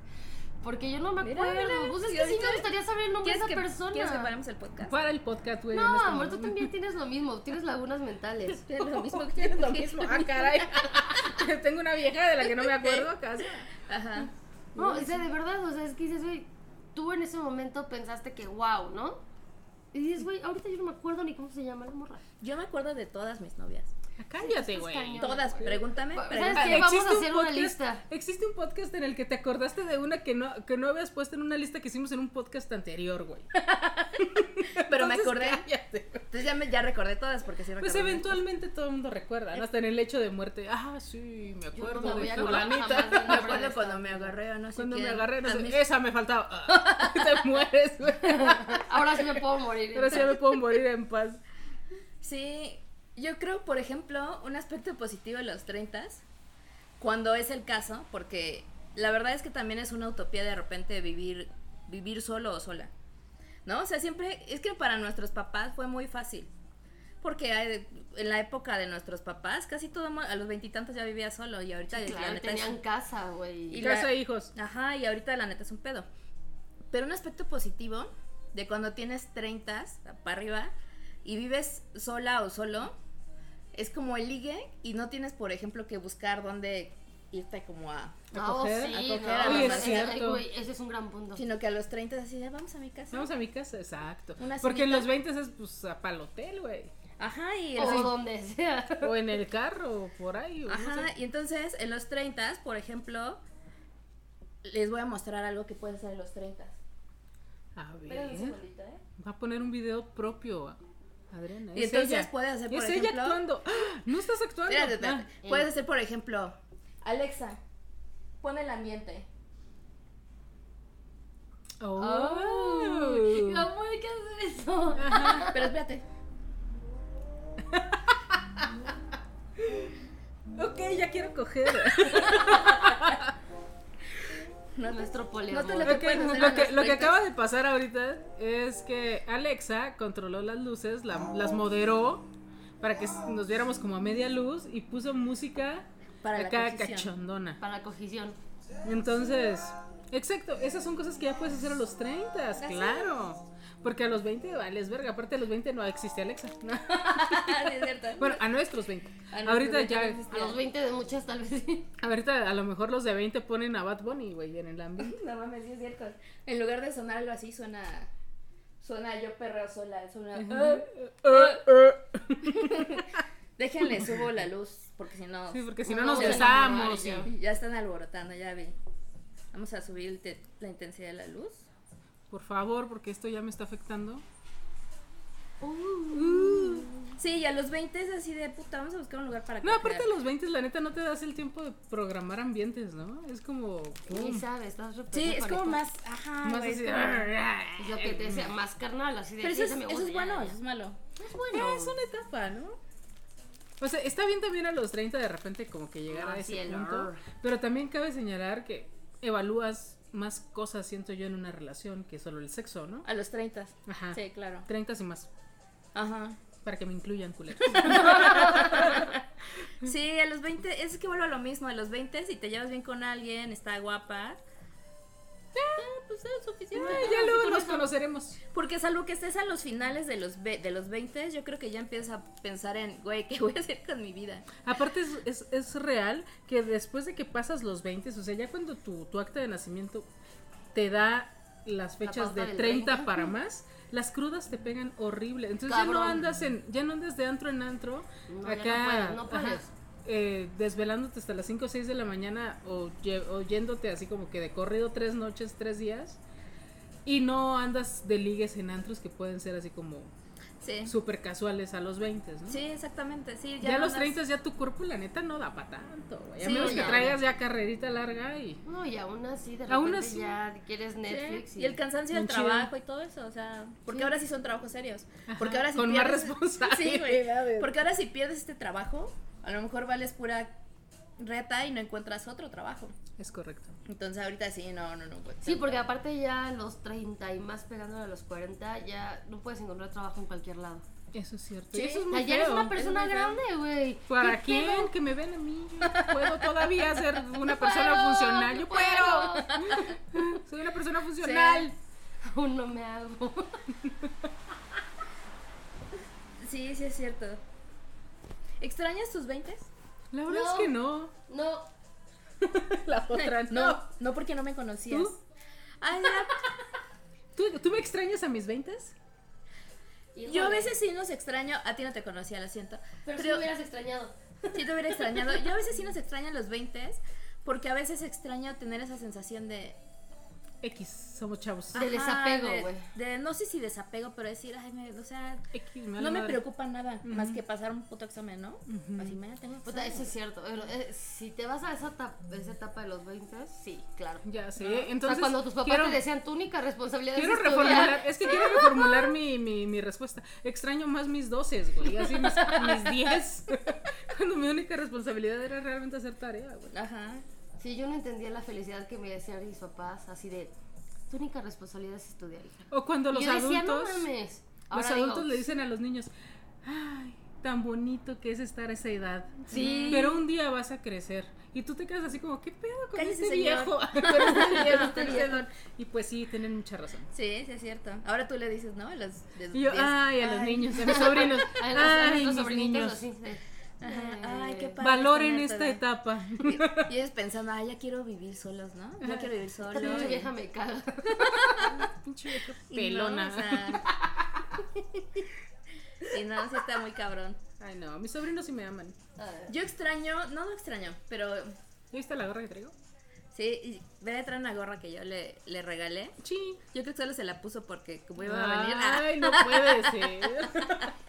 [SPEAKER 3] Porque yo no me
[SPEAKER 2] Mira,
[SPEAKER 3] acuerdo.
[SPEAKER 2] mira,
[SPEAKER 3] pues es
[SPEAKER 2] si
[SPEAKER 3] que sí
[SPEAKER 2] ahorita-
[SPEAKER 3] me gustaría saber el nombre de
[SPEAKER 2] ¿Quieres
[SPEAKER 3] esa
[SPEAKER 2] que,
[SPEAKER 3] persona.
[SPEAKER 2] ¿Quieres que paremos el podcast?
[SPEAKER 1] Para el podcast, güey. en
[SPEAKER 3] No,
[SPEAKER 1] este
[SPEAKER 3] amor, tú
[SPEAKER 1] momento.
[SPEAKER 3] también tienes lo mismo, tienes lagunas mentales.
[SPEAKER 2] Lo mismo que
[SPEAKER 1] Tienes lo mismo. Ah, caray. Tengo una vieja de la que no me acuerdo casi.
[SPEAKER 2] Ajá.
[SPEAKER 3] No, o sea, de verdad, o sea, es que dices, güey, tú en ese momento pensaste que wow, ¿no? Y dices, güey, ahorita yo no me acuerdo ni cómo se llama la morra.
[SPEAKER 2] Yo me acuerdo de todas mis novias.
[SPEAKER 1] Cállate,
[SPEAKER 3] estás
[SPEAKER 1] güey.
[SPEAKER 3] cañón.
[SPEAKER 2] Todas,
[SPEAKER 1] Pues
[SPEAKER 2] pregúntame.
[SPEAKER 3] ¿Sabes
[SPEAKER 2] pregúntame.
[SPEAKER 3] qué? Vamos
[SPEAKER 1] Ah, Existe
[SPEAKER 3] a
[SPEAKER 1] un
[SPEAKER 3] hacer una lista.
[SPEAKER 1] Existe un podcast en el que te acordaste de una que no, que no habías puesto en una lista que hicimos en un podcast anterior, güey.
[SPEAKER 2] Pero me
[SPEAKER 1] Entonces,
[SPEAKER 2] acordé.
[SPEAKER 1] cállate, güey.
[SPEAKER 2] Entonces ya, me, ya recordé todas porque sí
[SPEAKER 1] Pues
[SPEAKER 2] recordé.
[SPEAKER 1] eventualmente todo el mundo recuerda, ¿no? hasta en el hecho de muerte. Ah, sí, me
[SPEAKER 3] Yo no
[SPEAKER 1] acuerdo
[SPEAKER 3] me voy
[SPEAKER 1] de
[SPEAKER 3] a acordar
[SPEAKER 1] fulanita.
[SPEAKER 3] jamás del
[SPEAKER 2] Me
[SPEAKER 3] nombre de
[SPEAKER 2] acuerdo
[SPEAKER 3] esta.
[SPEAKER 2] cuando me agarré o no sé
[SPEAKER 1] Cuando me
[SPEAKER 2] quién.
[SPEAKER 1] agarré, no
[SPEAKER 2] A
[SPEAKER 1] sé,
[SPEAKER 2] mí-
[SPEAKER 1] esa me faltaba. Ah, te mueres, güey.
[SPEAKER 3] Ahora sí me puedo morir.
[SPEAKER 1] Pero sí ya me puedo morir en paz.
[SPEAKER 2] Sí, yo creo, por ejemplo, un aspecto positivo de los 30 cuando es el caso, porque la verdad es que también es una utopía de repente vivir, vivir solo o sola. ¿No? O sea, siempre, es que para nuestros papás fue muy fácil. Porque eh, en la época de nuestros papás, casi todo mu- a los veintitantos ya vivía solo y ahorita ya
[SPEAKER 3] Claro,
[SPEAKER 2] neta es-
[SPEAKER 3] tenían casa, güey.
[SPEAKER 1] Y
[SPEAKER 2] Y
[SPEAKER 1] casa
[SPEAKER 2] la-
[SPEAKER 1] e hijos.
[SPEAKER 2] Ajá, y ahorita la neta es un pedo. Pero un aspecto positivo de cuando tienes 30 para arriba y vives sola o solo, es como el ligue y no tienes, por ejemplo, que buscar dónde irte como a...
[SPEAKER 1] a coger,
[SPEAKER 3] sí,
[SPEAKER 2] a coger a
[SPEAKER 3] no,
[SPEAKER 2] los
[SPEAKER 3] es-
[SPEAKER 2] más-
[SPEAKER 3] ay, güey, ese es un gran punto.
[SPEAKER 2] Sino que a los 30 es así, de, vamos a mi casa.
[SPEAKER 1] Vamos a mi casa, exacto.
[SPEAKER 2] Una
[SPEAKER 1] Porque en
[SPEAKER 2] cita.
[SPEAKER 1] los 20 es pues a palotel, güey.
[SPEAKER 2] Ajá, y...
[SPEAKER 3] O
[SPEAKER 2] el-
[SPEAKER 3] donde sea.
[SPEAKER 1] O en el carro, o por ahí. o no
[SPEAKER 2] Ajá,
[SPEAKER 1] sé.
[SPEAKER 2] y entonces en los 30, por ejemplo, les voy a mostrar algo que puedes hacer en los 30.
[SPEAKER 1] A
[SPEAKER 2] Espérame un
[SPEAKER 1] ver.
[SPEAKER 2] segundito, ¿eh?
[SPEAKER 1] Va a poner un video propio, a- Adriana.
[SPEAKER 2] Y
[SPEAKER 1] es
[SPEAKER 2] entonces
[SPEAKER 1] ella.
[SPEAKER 2] puedes hacer, por
[SPEAKER 1] Es ella
[SPEAKER 2] ejemplo-
[SPEAKER 1] actuando. ¡Ah! No estás actuando.
[SPEAKER 2] Espérate, espérate.
[SPEAKER 1] Ah,
[SPEAKER 2] Puedes hacer, por ejemplo, Alexa, pon el ambiente.
[SPEAKER 1] Ah. Oh.
[SPEAKER 3] No puede que hacer eso.
[SPEAKER 2] Ah, Pero espérate.
[SPEAKER 1] Ok, ya quiero coger.
[SPEAKER 2] No te,
[SPEAKER 3] Nuestro
[SPEAKER 2] no te
[SPEAKER 3] poliamor.
[SPEAKER 2] lo-
[SPEAKER 1] Ok,
[SPEAKER 2] pueden hacer
[SPEAKER 1] lo,
[SPEAKER 2] en
[SPEAKER 1] que,
[SPEAKER 2] los
[SPEAKER 1] lo que
[SPEAKER 2] 30.
[SPEAKER 1] acaba de pasar ahorita es que Alexa controló las luces, la- las moderó para que s- nos viéramos como a media luz y puso música
[SPEAKER 2] Para la
[SPEAKER 1] acá
[SPEAKER 2] cogición.
[SPEAKER 1] cachondona.
[SPEAKER 3] Para la cogición.
[SPEAKER 1] Entonces, exacto, esas son cosas que ya puedes hacer a los 30, claro. Porque a los 20 vales verga, aparte a los 20 no existe Alexa.
[SPEAKER 2] Sí, es cierto.
[SPEAKER 1] Bueno, a nuestros 20.
[SPEAKER 2] A nuestros
[SPEAKER 1] ahorita
[SPEAKER 2] 20
[SPEAKER 1] ya
[SPEAKER 2] no existe.
[SPEAKER 3] A los 20 de muchas, tal vez sí.
[SPEAKER 1] ahorita a lo mejor los de 20 ponen a Bad Bunny, güey, en el ambiente.
[SPEAKER 2] No mames, sí es cierto. En lugar de sonar algo así, suena. Suena yo perreo sola. Suena.
[SPEAKER 1] Eh,
[SPEAKER 2] "Ah".
[SPEAKER 3] Eh,
[SPEAKER 2] Déjenle, subo la luz, porque si no.
[SPEAKER 1] Sí, porque si no
[SPEAKER 3] No,
[SPEAKER 1] nos
[SPEAKER 3] se
[SPEAKER 1] besamos.
[SPEAKER 3] enamoraría.
[SPEAKER 1] y-
[SPEAKER 2] Ya están alborotando, ya vi. Vamos a subir el te- la intensidad de la luz.
[SPEAKER 1] Por favor, porque esto ya me está afectando.
[SPEAKER 2] Uh. Sí, y a los 20 es así de puta, vamos a buscar un lugar para
[SPEAKER 1] No,
[SPEAKER 2] coger.
[SPEAKER 1] aparte a los 20, la neta, no te das el tiempo de programar ambientes, ¿no? Es como...
[SPEAKER 3] Ni
[SPEAKER 1] pum,
[SPEAKER 3] sabes, estás súper
[SPEAKER 2] Sí, es como
[SPEAKER 3] desconectado.
[SPEAKER 2] más. Ajá,
[SPEAKER 1] Pues más
[SPEAKER 2] güey, es
[SPEAKER 1] así ah. de-
[SPEAKER 2] como-
[SPEAKER 3] Es Lo que te decía, más carnal, así de
[SPEAKER 2] Pero eso
[SPEAKER 3] "Sí,
[SPEAKER 2] es,
[SPEAKER 3] esa me
[SPEAKER 2] eso
[SPEAKER 3] gusta",
[SPEAKER 2] es
[SPEAKER 3] ya,
[SPEAKER 2] bueno,
[SPEAKER 3] ya.
[SPEAKER 2] eso es malo.
[SPEAKER 3] Es bueno.
[SPEAKER 1] Es una etapa, ¿no? O sea, está bien también a los 30 de repente como que llegar a
[SPEAKER 3] Ah,
[SPEAKER 1] ese
[SPEAKER 3] sí, el
[SPEAKER 1] punto.
[SPEAKER 3] ar.
[SPEAKER 1] Pero también cabe señalar que evalúas más cosas, siento yo, en una relación que solo el sexo, ¿no?
[SPEAKER 2] A los 30.
[SPEAKER 3] Ah,
[SPEAKER 1] Ajá.
[SPEAKER 2] Sí, claro.
[SPEAKER 1] 30 y más.
[SPEAKER 2] Ajá.
[SPEAKER 1] Para que me incluyan, culero.
[SPEAKER 2] Sí, a los 20, es que vuelvo a lo mismo, a los 20 si te llevas bien con alguien, está guapa.
[SPEAKER 1] Ah,
[SPEAKER 2] eh, pues es suficiente.
[SPEAKER 1] Ay, ya luego nos conoceremos.
[SPEAKER 2] Porque salvo que estés a los finales de los ve- de los 20, yo creo que ya empiezas a pensar en, güey, ¿qué voy a hacer con mi vida?
[SPEAKER 1] Aparte es, es- es real que después de que pasas los 20, o sea, ya cuando tu, tu acta de nacimiento te da las fechas
[SPEAKER 3] pauta
[SPEAKER 1] de
[SPEAKER 3] del
[SPEAKER 1] 30
[SPEAKER 3] 20.
[SPEAKER 1] para más, las crudas te pegan horrible. Entonces ya no
[SPEAKER 3] Cabrón.
[SPEAKER 1] andas en ya no andas de antro en antro
[SPEAKER 3] No, ya no
[SPEAKER 1] acá
[SPEAKER 3] puedes, no puedes.
[SPEAKER 1] eh, desvelándote hasta las 5 o 6 de la mañana o, lle- o yéndote así como que de corrido tres noches, tres días. Y no andas de ligues en antros que pueden ser así como
[SPEAKER 2] Sí.
[SPEAKER 1] súper casuales a los 20, ¿no?
[SPEAKER 2] Sí, exactamente, sí.
[SPEAKER 1] Ya, a
[SPEAKER 2] no
[SPEAKER 1] los
[SPEAKER 2] andas-
[SPEAKER 1] 30 ya tu cuerpo, la neta, no da para tanto, güey. A
[SPEAKER 2] Sí,
[SPEAKER 1] menos que
[SPEAKER 3] ya.
[SPEAKER 1] traigas ya carrerita larga y.
[SPEAKER 3] No, y aún así, de repente
[SPEAKER 1] Aún así.
[SPEAKER 3] ya quieres
[SPEAKER 2] Sí,
[SPEAKER 3] Netflix.
[SPEAKER 2] y el cansancio del
[SPEAKER 1] Bien chido.
[SPEAKER 2] trabajo y todo eso, o sea, porque
[SPEAKER 3] Sí.
[SPEAKER 2] ahora sí son trabajos serios.
[SPEAKER 1] Ajá,
[SPEAKER 2] Porque ahora sí
[SPEAKER 1] con más
[SPEAKER 2] pierdes- Sí, güey.
[SPEAKER 1] responsabilidades.
[SPEAKER 2] Porque ahora si pierdes este trabajo, a lo mejor vales pura reta y no encuentras otro trabajo.
[SPEAKER 1] Es correcto.
[SPEAKER 2] Entonces ahorita sí, no, no, no.
[SPEAKER 3] Sí, porque aparte ya a los 30 y más pegándole a los 40, ya no puedes encontrar trabajo en cualquier lado.
[SPEAKER 1] Eso es cierto.
[SPEAKER 2] Sí.
[SPEAKER 1] Y eso es
[SPEAKER 3] O
[SPEAKER 1] muy
[SPEAKER 3] sea, ya eres
[SPEAKER 1] feo.
[SPEAKER 3] una persona
[SPEAKER 2] muy feo.
[SPEAKER 3] grande, güey.
[SPEAKER 1] ¿Para
[SPEAKER 3] ¿Qué
[SPEAKER 1] quién?
[SPEAKER 3] pedo?
[SPEAKER 1] Que me vean a mí. Yo puedo todavía ser una persona
[SPEAKER 3] puedo,
[SPEAKER 1] funcional.
[SPEAKER 3] yo
[SPEAKER 1] Yo puedo. Soy una persona funcional.
[SPEAKER 3] Aún no me hago.
[SPEAKER 2] Sí, sí es cierto. ¿Extrañas tus 20?
[SPEAKER 1] La verdad
[SPEAKER 3] No.
[SPEAKER 1] es que no.
[SPEAKER 3] No,
[SPEAKER 1] La otra no.
[SPEAKER 2] no, no porque no me conocías.
[SPEAKER 1] ¿Tú?
[SPEAKER 2] Ay, ya.
[SPEAKER 1] ¿Tú, tú me extrañas a mis 20?
[SPEAKER 2] yo a veces sí nos extraño, a ti no te conocía, lo siento.
[SPEAKER 3] Pero, si
[SPEAKER 2] Pero-
[SPEAKER 3] me hubieras extrañado.
[SPEAKER 2] Sí te hubiera extrañado. Yo a veces sí nos extrañan los 20 porque a veces extraño tener esa sensación de...
[SPEAKER 1] X, somos chavos.
[SPEAKER 3] Ah. De desapego,
[SPEAKER 2] de-
[SPEAKER 3] güey.
[SPEAKER 2] De, no sé si desapego, pero decir, ay, me, o sea,
[SPEAKER 1] X,
[SPEAKER 2] no me
[SPEAKER 1] vale madre.
[SPEAKER 2] preocupa nada más que pasar un puto examen, ¿no? Así me tengo
[SPEAKER 3] Puta,
[SPEAKER 2] examen.
[SPEAKER 3] eso es cierto. pero, eh, si te vas a esa etapa, esa etapa de los 20, sí, claro.
[SPEAKER 1] Ya sé.
[SPEAKER 3] O sea,
[SPEAKER 1] Entonces,
[SPEAKER 3] cuando tus papás
[SPEAKER 1] quiero,
[SPEAKER 3] te decían tu única responsabilidad
[SPEAKER 1] quiero
[SPEAKER 3] es estudiar.
[SPEAKER 1] reformular. Es que quiero reformular mi, mi, mi respuesta. Extraño más mis 12, güey. Así mis, mis 10. Cuando mi única responsabilidad era realmente hacer tarea, güey.
[SPEAKER 2] Ajá.
[SPEAKER 3] Sí, yo no entendía la felicidad que me decían mis papás, así de, tu única responsabilidad es estudiar, hija.
[SPEAKER 1] O cuando los
[SPEAKER 3] yo
[SPEAKER 1] adultos.
[SPEAKER 3] decía, no mames.
[SPEAKER 1] Los
[SPEAKER 3] Ahora digo,
[SPEAKER 1] adultos le dicen a los niños, ay, tan bonito que es estar a esa edad.
[SPEAKER 3] Sí.
[SPEAKER 1] Pero un día vas a crecer. Y tú te quedas así como, ¿qué pedo con
[SPEAKER 2] Cállese,
[SPEAKER 1] este
[SPEAKER 2] señor.
[SPEAKER 1] viejo? Con este viejo,
[SPEAKER 3] este
[SPEAKER 1] con
[SPEAKER 3] viejo.
[SPEAKER 1] este don. Y pues sí, tienen mucha razón.
[SPEAKER 2] Sí, sí es cierto. Ahora tú le dices, ¿no? A los... de-
[SPEAKER 1] Y yo,
[SPEAKER 2] de-
[SPEAKER 1] ay, a los niños, a mis sobrinos.
[SPEAKER 3] A, los, a
[SPEAKER 1] ay,
[SPEAKER 3] nuestros
[SPEAKER 1] mis
[SPEAKER 3] sobrinitos
[SPEAKER 1] niños.
[SPEAKER 3] así. de,
[SPEAKER 2] Ajá. Ay, qué padre.
[SPEAKER 1] Valoren
[SPEAKER 2] tener tu
[SPEAKER 1] esta
[SPEAKER 2] edad.
[SPEAKER 1] etapa.
[SPEAKER 2] Y ellos pensando, ay, ya quiero vivir solos, ¿no? Yo quiero vivir
[SPEAKER 3] Esta
[SPEAKER 2] solo.
[SPEAKER 3] pinche
[SPEAKER 2] y-
[SPEAKER 3] vieja me caga.
[SPEAKER 1] Pinche vieja
[SPEAKER 2] y no,
[SPEAKER 1] pelona.
[SPEAKER 2] o sea. Y no, sí está muy cabrón.
[SPEAKER 1] Ay, no, mis sobrinos sí me aman.
[SPEAKER 2] Yo extraño, no no extraño, pero
[SPEAKER 1] ¿Ya viste la gorra que traigo?
[SPEAKER 2] sí, y voy a traer una gorra que yo le, le regalé.
[SPEAKER 1] Sí.
[SPEAKER 2] Yo creo que solo se la puso porque como iba a venir. ah,
[SPEAKER 1] Ay, no puede ser.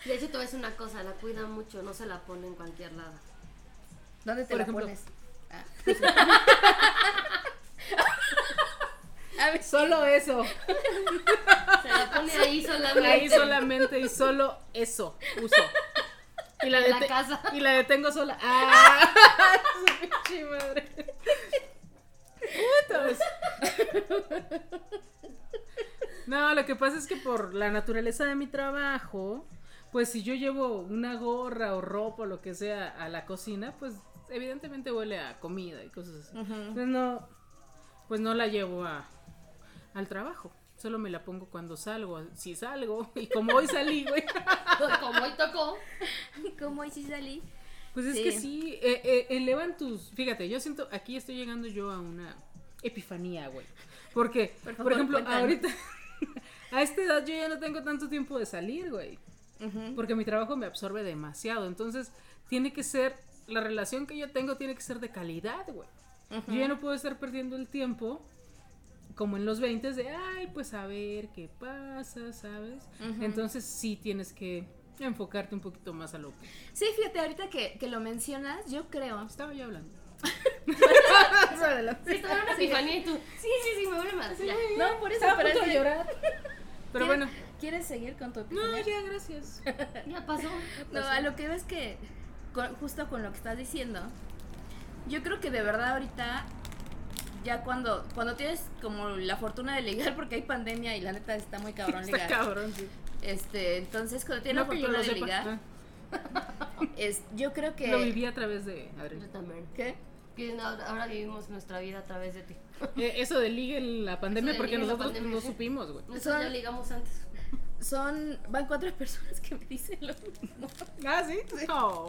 [SPEAKER 3] De hecho, te voy a decir una cosa, la cuida mucho, no se la pone en cualquier lado.
[SPEAKER 2] ¿Dónde te
[SPEAKER 1] Por
[SPEAKER 2] la
[SPEAKER 1] ejemplo.
[SPEAKER 2] pones? Ah. A ver,
[SPEAKER 1] Solo eso.
[SPEAKER 3] Se la pone ahí solamente.
[SPEAKER 1] Ahí solamente y solo eso uso. Y la,
[SPEAKER 3] En la
[SPEAKER 1] dete-
[SPEAKER 3] casa.
[SPEAKER 1] Y la detengo sola. ¡Ah! Su pinche madre. Puta, pues. No, lo que pasa es que por la naturaleza de mi trabajo, pues si yo llevo una gorra o ropa o lo que sea a la cocina, pues evidentemente huele a comida y cosas así. Entonces no, pues no la llevo a, al trabajo. Solo me la pongo cuando salgo, si salgo, y como hoy salí, güey.
[SPEAKER 3] Como hoy tocó.
[SPEAKER 2] ¿Cómo y sí salí?
[SPEAKER 1] Pues es
[SPEAKER 2] Sí.
[SPEAKER 1] que sí, eh, eh, elevan tus... Fíjate, yo siento, aquí estoy llegando yo a una epifanía, güey. Porque,
[SPEAKER 2] Por
[SPEAKER 1] por,
[SPEAKER 2] favor,
[SPEAKER 1] ejemplo,
[SPEAKER 2] cuéntanos.
[SPEAKER 1] ahorita, a esta edad yo ya no tengo tanto tiempo de salir, güey. Porque mi trabajo me absorbe demasiado. Entonces, tiene que ser, la relación que yo tengo tiene que ser de calidad, güey. Yo ya no puedo estar perdiendo el tiempo como en los 20 de, ay, pues a ver qué pasa, ¿sabes?
[SPEAKER 2] Ujú.
[SPEAKER 1] Entonces sí tienes que enfocarte un poquito más a lo que
[SPEAKER 2] Sí, fíjate, ahorita que, que lo mencionas, yo creo.
[SPEAKER 1] estaba yo hablando.
[SPEAKER 3] Sí, estaba en una epifanía y tú. Sí, sí, sí, me vuelve más. Ya.
[SPEAKER 2] No, por eso,
[SPEAKER 1] Estaba a punto
[SPEAKER 2] pero es
[SPEAKER 1] de
[SPEAKER 2] que-
[SPEAKER 1] llorar. Pero
[SPEAKER 2] ¿Quieres-
[SPEAKER 1] bueno.
[SPEAKER 2] ¿Quieres seguir con tu
[SPEAKER 1] No,
[SPEAKER 2] epifanía?
[SPEAKER 1] ya, gracias.
[SPEAKER 3] Ya pasó.
[SPEAKER 2] No, a lo que ves que, con- justo con lo que estás diciendo, yo creo que de verdad ahorita, ya cuando, cuando tienes como la fortuna de ligar, porque hay pandemia y la neta está muy cabrón
[SPEAKER 1] Está
[SPEAKER 2] ligar.
[SPEAKER 1] cabrón, sí.
[SPEAKER 2] Este, entonces cuando tienes
[SPEAKER 1] No
[SPEAKER 2] la
[SPEAKER 1] que yo lo
[SPEAKER 2] fortuna de
[SPEAKER 1] sepa.
[SPEAKER 2] ligar,
[SPEAKER 1] Ah,
[SPEAKER 2] es, yo creo que.
[SPEAKER 1] Lo viví a través de
[SPEAKER 3] Yo
[SPEAKER 1] Adrián.
[SPEAKER 3] también.
[SPEAKER 2] ¿Qué?
[SPEAKER 3] Que no- ahora vivimos nuestra vida a través de ti.
[SPEAKER 1] Eh, eso de ligue en la pandemia,
[SPEAKER 3] Eso de
[SPEAKER 1] porque
[SPEAKER 3] ligue en la
[SPEAKER 1] nosotros
[SPEAKER 3] pandemia.
[SPEAKER 1] no supimos, güey.
[SPEAKER 3] Nosotros ya ligamos antes.
[SPEAKER 2] Son. Van cuatro personas que me dicen lo mismo.
[SPEAKER 1] Ah, sí. Oh.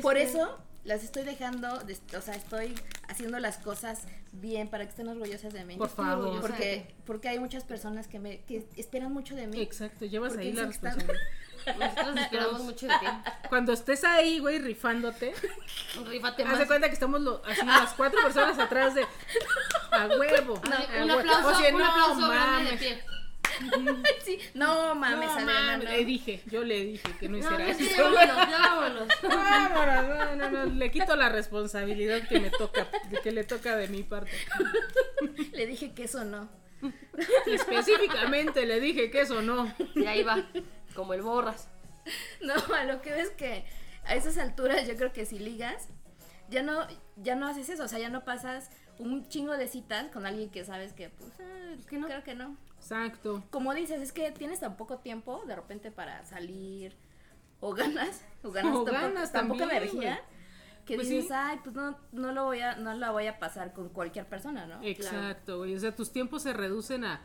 [SPEAKER 2] Por eso las estoy dejando, de- o sea, estoy haciendo las cosas bien para que estén orgullosas de mí.
[SPEAKER 1] Por favor.
[SPEAKER 3] orgullosa. de
[SPEAKER 2] Porque, porque hay muchas personas que me que esperan mucho de mí.
[SPEAKER 1] Exacto, llevas
[SPEAKER 2] Porque
[SPEAKER 1] ahí la
[SPEAKER 2] dicen que están-
[SPEAKER 1] responsabilidad.
[SPEAKER 3] Nosotros esperamos mucho de ti.
[SPEAKER 1] Cuando estés ahí, güey, rifándote,
[SPEAKER 3] Rífate
[SPEAKER 1] haz de
[SPEAKER 3] más.
[SPEAKER 1] cuenta que estamos lo- así las cuatro personas atrás de a huevo.
[SPEAKER 3] No, eh,
[SPEAKER 1] a
[SPEAKER 3] Ah, un
[SPEAKER 1] hue-
[SPEAKER 3] aplauso,
[SPEAKER 1] O sea,
[SPEAKER 3] un
[SPEAKER 1] no
[SPEAKER 3] aplauso grande de
[SPEAKER 1] mames.
[SPEAKER 3] pie.
[SPEAKER 2] Sí. No mames,
[SPEAKER 1] no
[SPEAKER 2] Adriana,
[SPEAKER 1] mames.
[SPEAKER 2] no.
[SPEAKER 1] Le dije, yo le dije que no
[SPEAKER 3] No,
[SPEAKER 1] hiciera
[SPEAKER 3] ya
[SPEAKER 1] eso.
[SPEAKER 3] vámonos, ya vámonos.
[SPEAKER 1] Vámonos, no, no, no, le quito la responsabilidad que me toca, que le toca de mi parte.
[SPEAKER 2] Le dije que eso no.
[SPEAKER 1] Y específicamente le dije que eso no.
[SPEAKER 3] Y ahí va, como el borras.
[SPEAKER 2] No, a lo que ves que a esas alturas yo creo que si ligas, ya no, ya no haces eso, o sea, ya no pasas un chingo de citas con alguien que sabes que, pues, eh,
[SPEAKER 3] que no.
[SPEAKER 2] creo que no.
[SPEAKER 1] Exacto.
[SPEAKER 2] Como dices, es que tienes tan poco tiempo de repente para salir o ganas, o ganas,
[SPEAKER 1] O
[SPEAKER 2] tan, po-
[SPEAKER 1] ganas
[SPEAKER 2] tan poca
[SPEAKER 1] también,
[SPEAKER 2] energía. Que
[SPEAKER 1] Pues
[SPEAKER 2] dices,
[SPEAKER 1] sí.
[SPEAKER 2] ay, pues no, no lo voy a, no la voy a pasar con cualquier persona, ¿no?
[SPEAKER 1] Exacto, güey. O sea, tus tiempos se reducen a.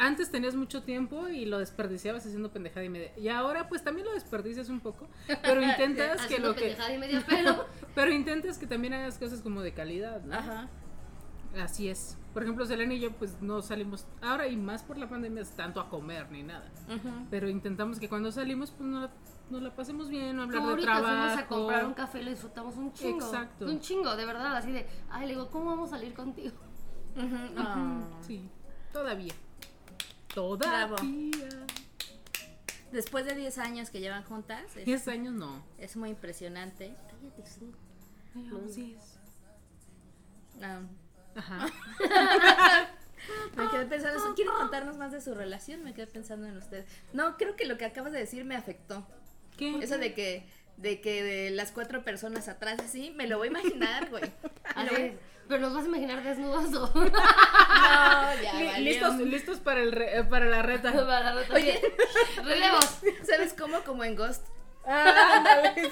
[SPEAKER 1] Antes tenías mucho tiempo y lo desperdiciabas haciendo pendejada y media. Y ahora, pues también lo desperdicias un poco, pero intentas que
[SPEAKER 3] Haciendo
[SPEAKER 1] lo que.
[SPEAKER 3] pendejada y media, pero
[SPEAKER 1] Pero intentas que también hagas cosas como de calidad, ¿no?
[SPEAKER 2] Ajá.
[SPEAKER 1] Así es. Por ejemplo, Selena y yo, pues no salimos ahora y más por la pandemia, es tanto a comer ni nada.
[SPEAKER 2] ujú.
[SPEAKER 1] Pero intentamos que cuando salimos, pues no la, no la pasemos bien, no hablar
[SPEAKER 3] Como
[SPEAKER 1] de
[SPEAKER 3] ahorita
[SPEAKER 1] trabajo.
[SPEAKER 3] fuimos a comprar un café y lo disfrutamos un chingo.
[SPEAKER 1] Exacto.
[SPEAKER 3] Un chingo, de verdad, así de, ay, le digo, ¿cómo vamos a salir contigo?
[SPEAKER 2] Ujú, ah.
[SPEAKER 1] Sí, todavía. Todavía.
[SPEAKER 2] Bravo. Después de 10 años que llevan juntas, es,
[SPEAKER 1] 10 años no.
[SPEAKER 2] es muy impresionante.
[SPEAKER 3] Cállate, sí.
[SPEAKER 2] Ah,
[SPEAKER 1] Ajá. Ah,
[SPEAKER 2] me quedé pensando, eso. ¿quieren contarnos más de su relación? Me quedé pensando en ustedes. No, creo que lo que acabas de decir me afectó.
[SPEAKER 1] ¿Qué?
[SPEAKER 2] Eso de que de que de las cuatro personas atrás así, me lo voy a imaginar, güey. Me lo
[SPEAKER 3] Así
[SPEAKER 2] voy-
[SPEAKER 3] es. Pero nos vas a imaginar desnudos o
[SPEAKER 2] No, ya,
[SPEAKER 1] Li-
[SPEAKER 2] valió.
[SPEAKER 1] listos, listos para, el re- eh, para la reta.
[SPEAKER 3] para la otra.
[SPEAKER 2] Oye,
[SPEAKER 3] relevos.
[SPEAKER 2] ¿Sabes cómo? Como en Ghost.
[SPEAKER 1] Ah, ándale.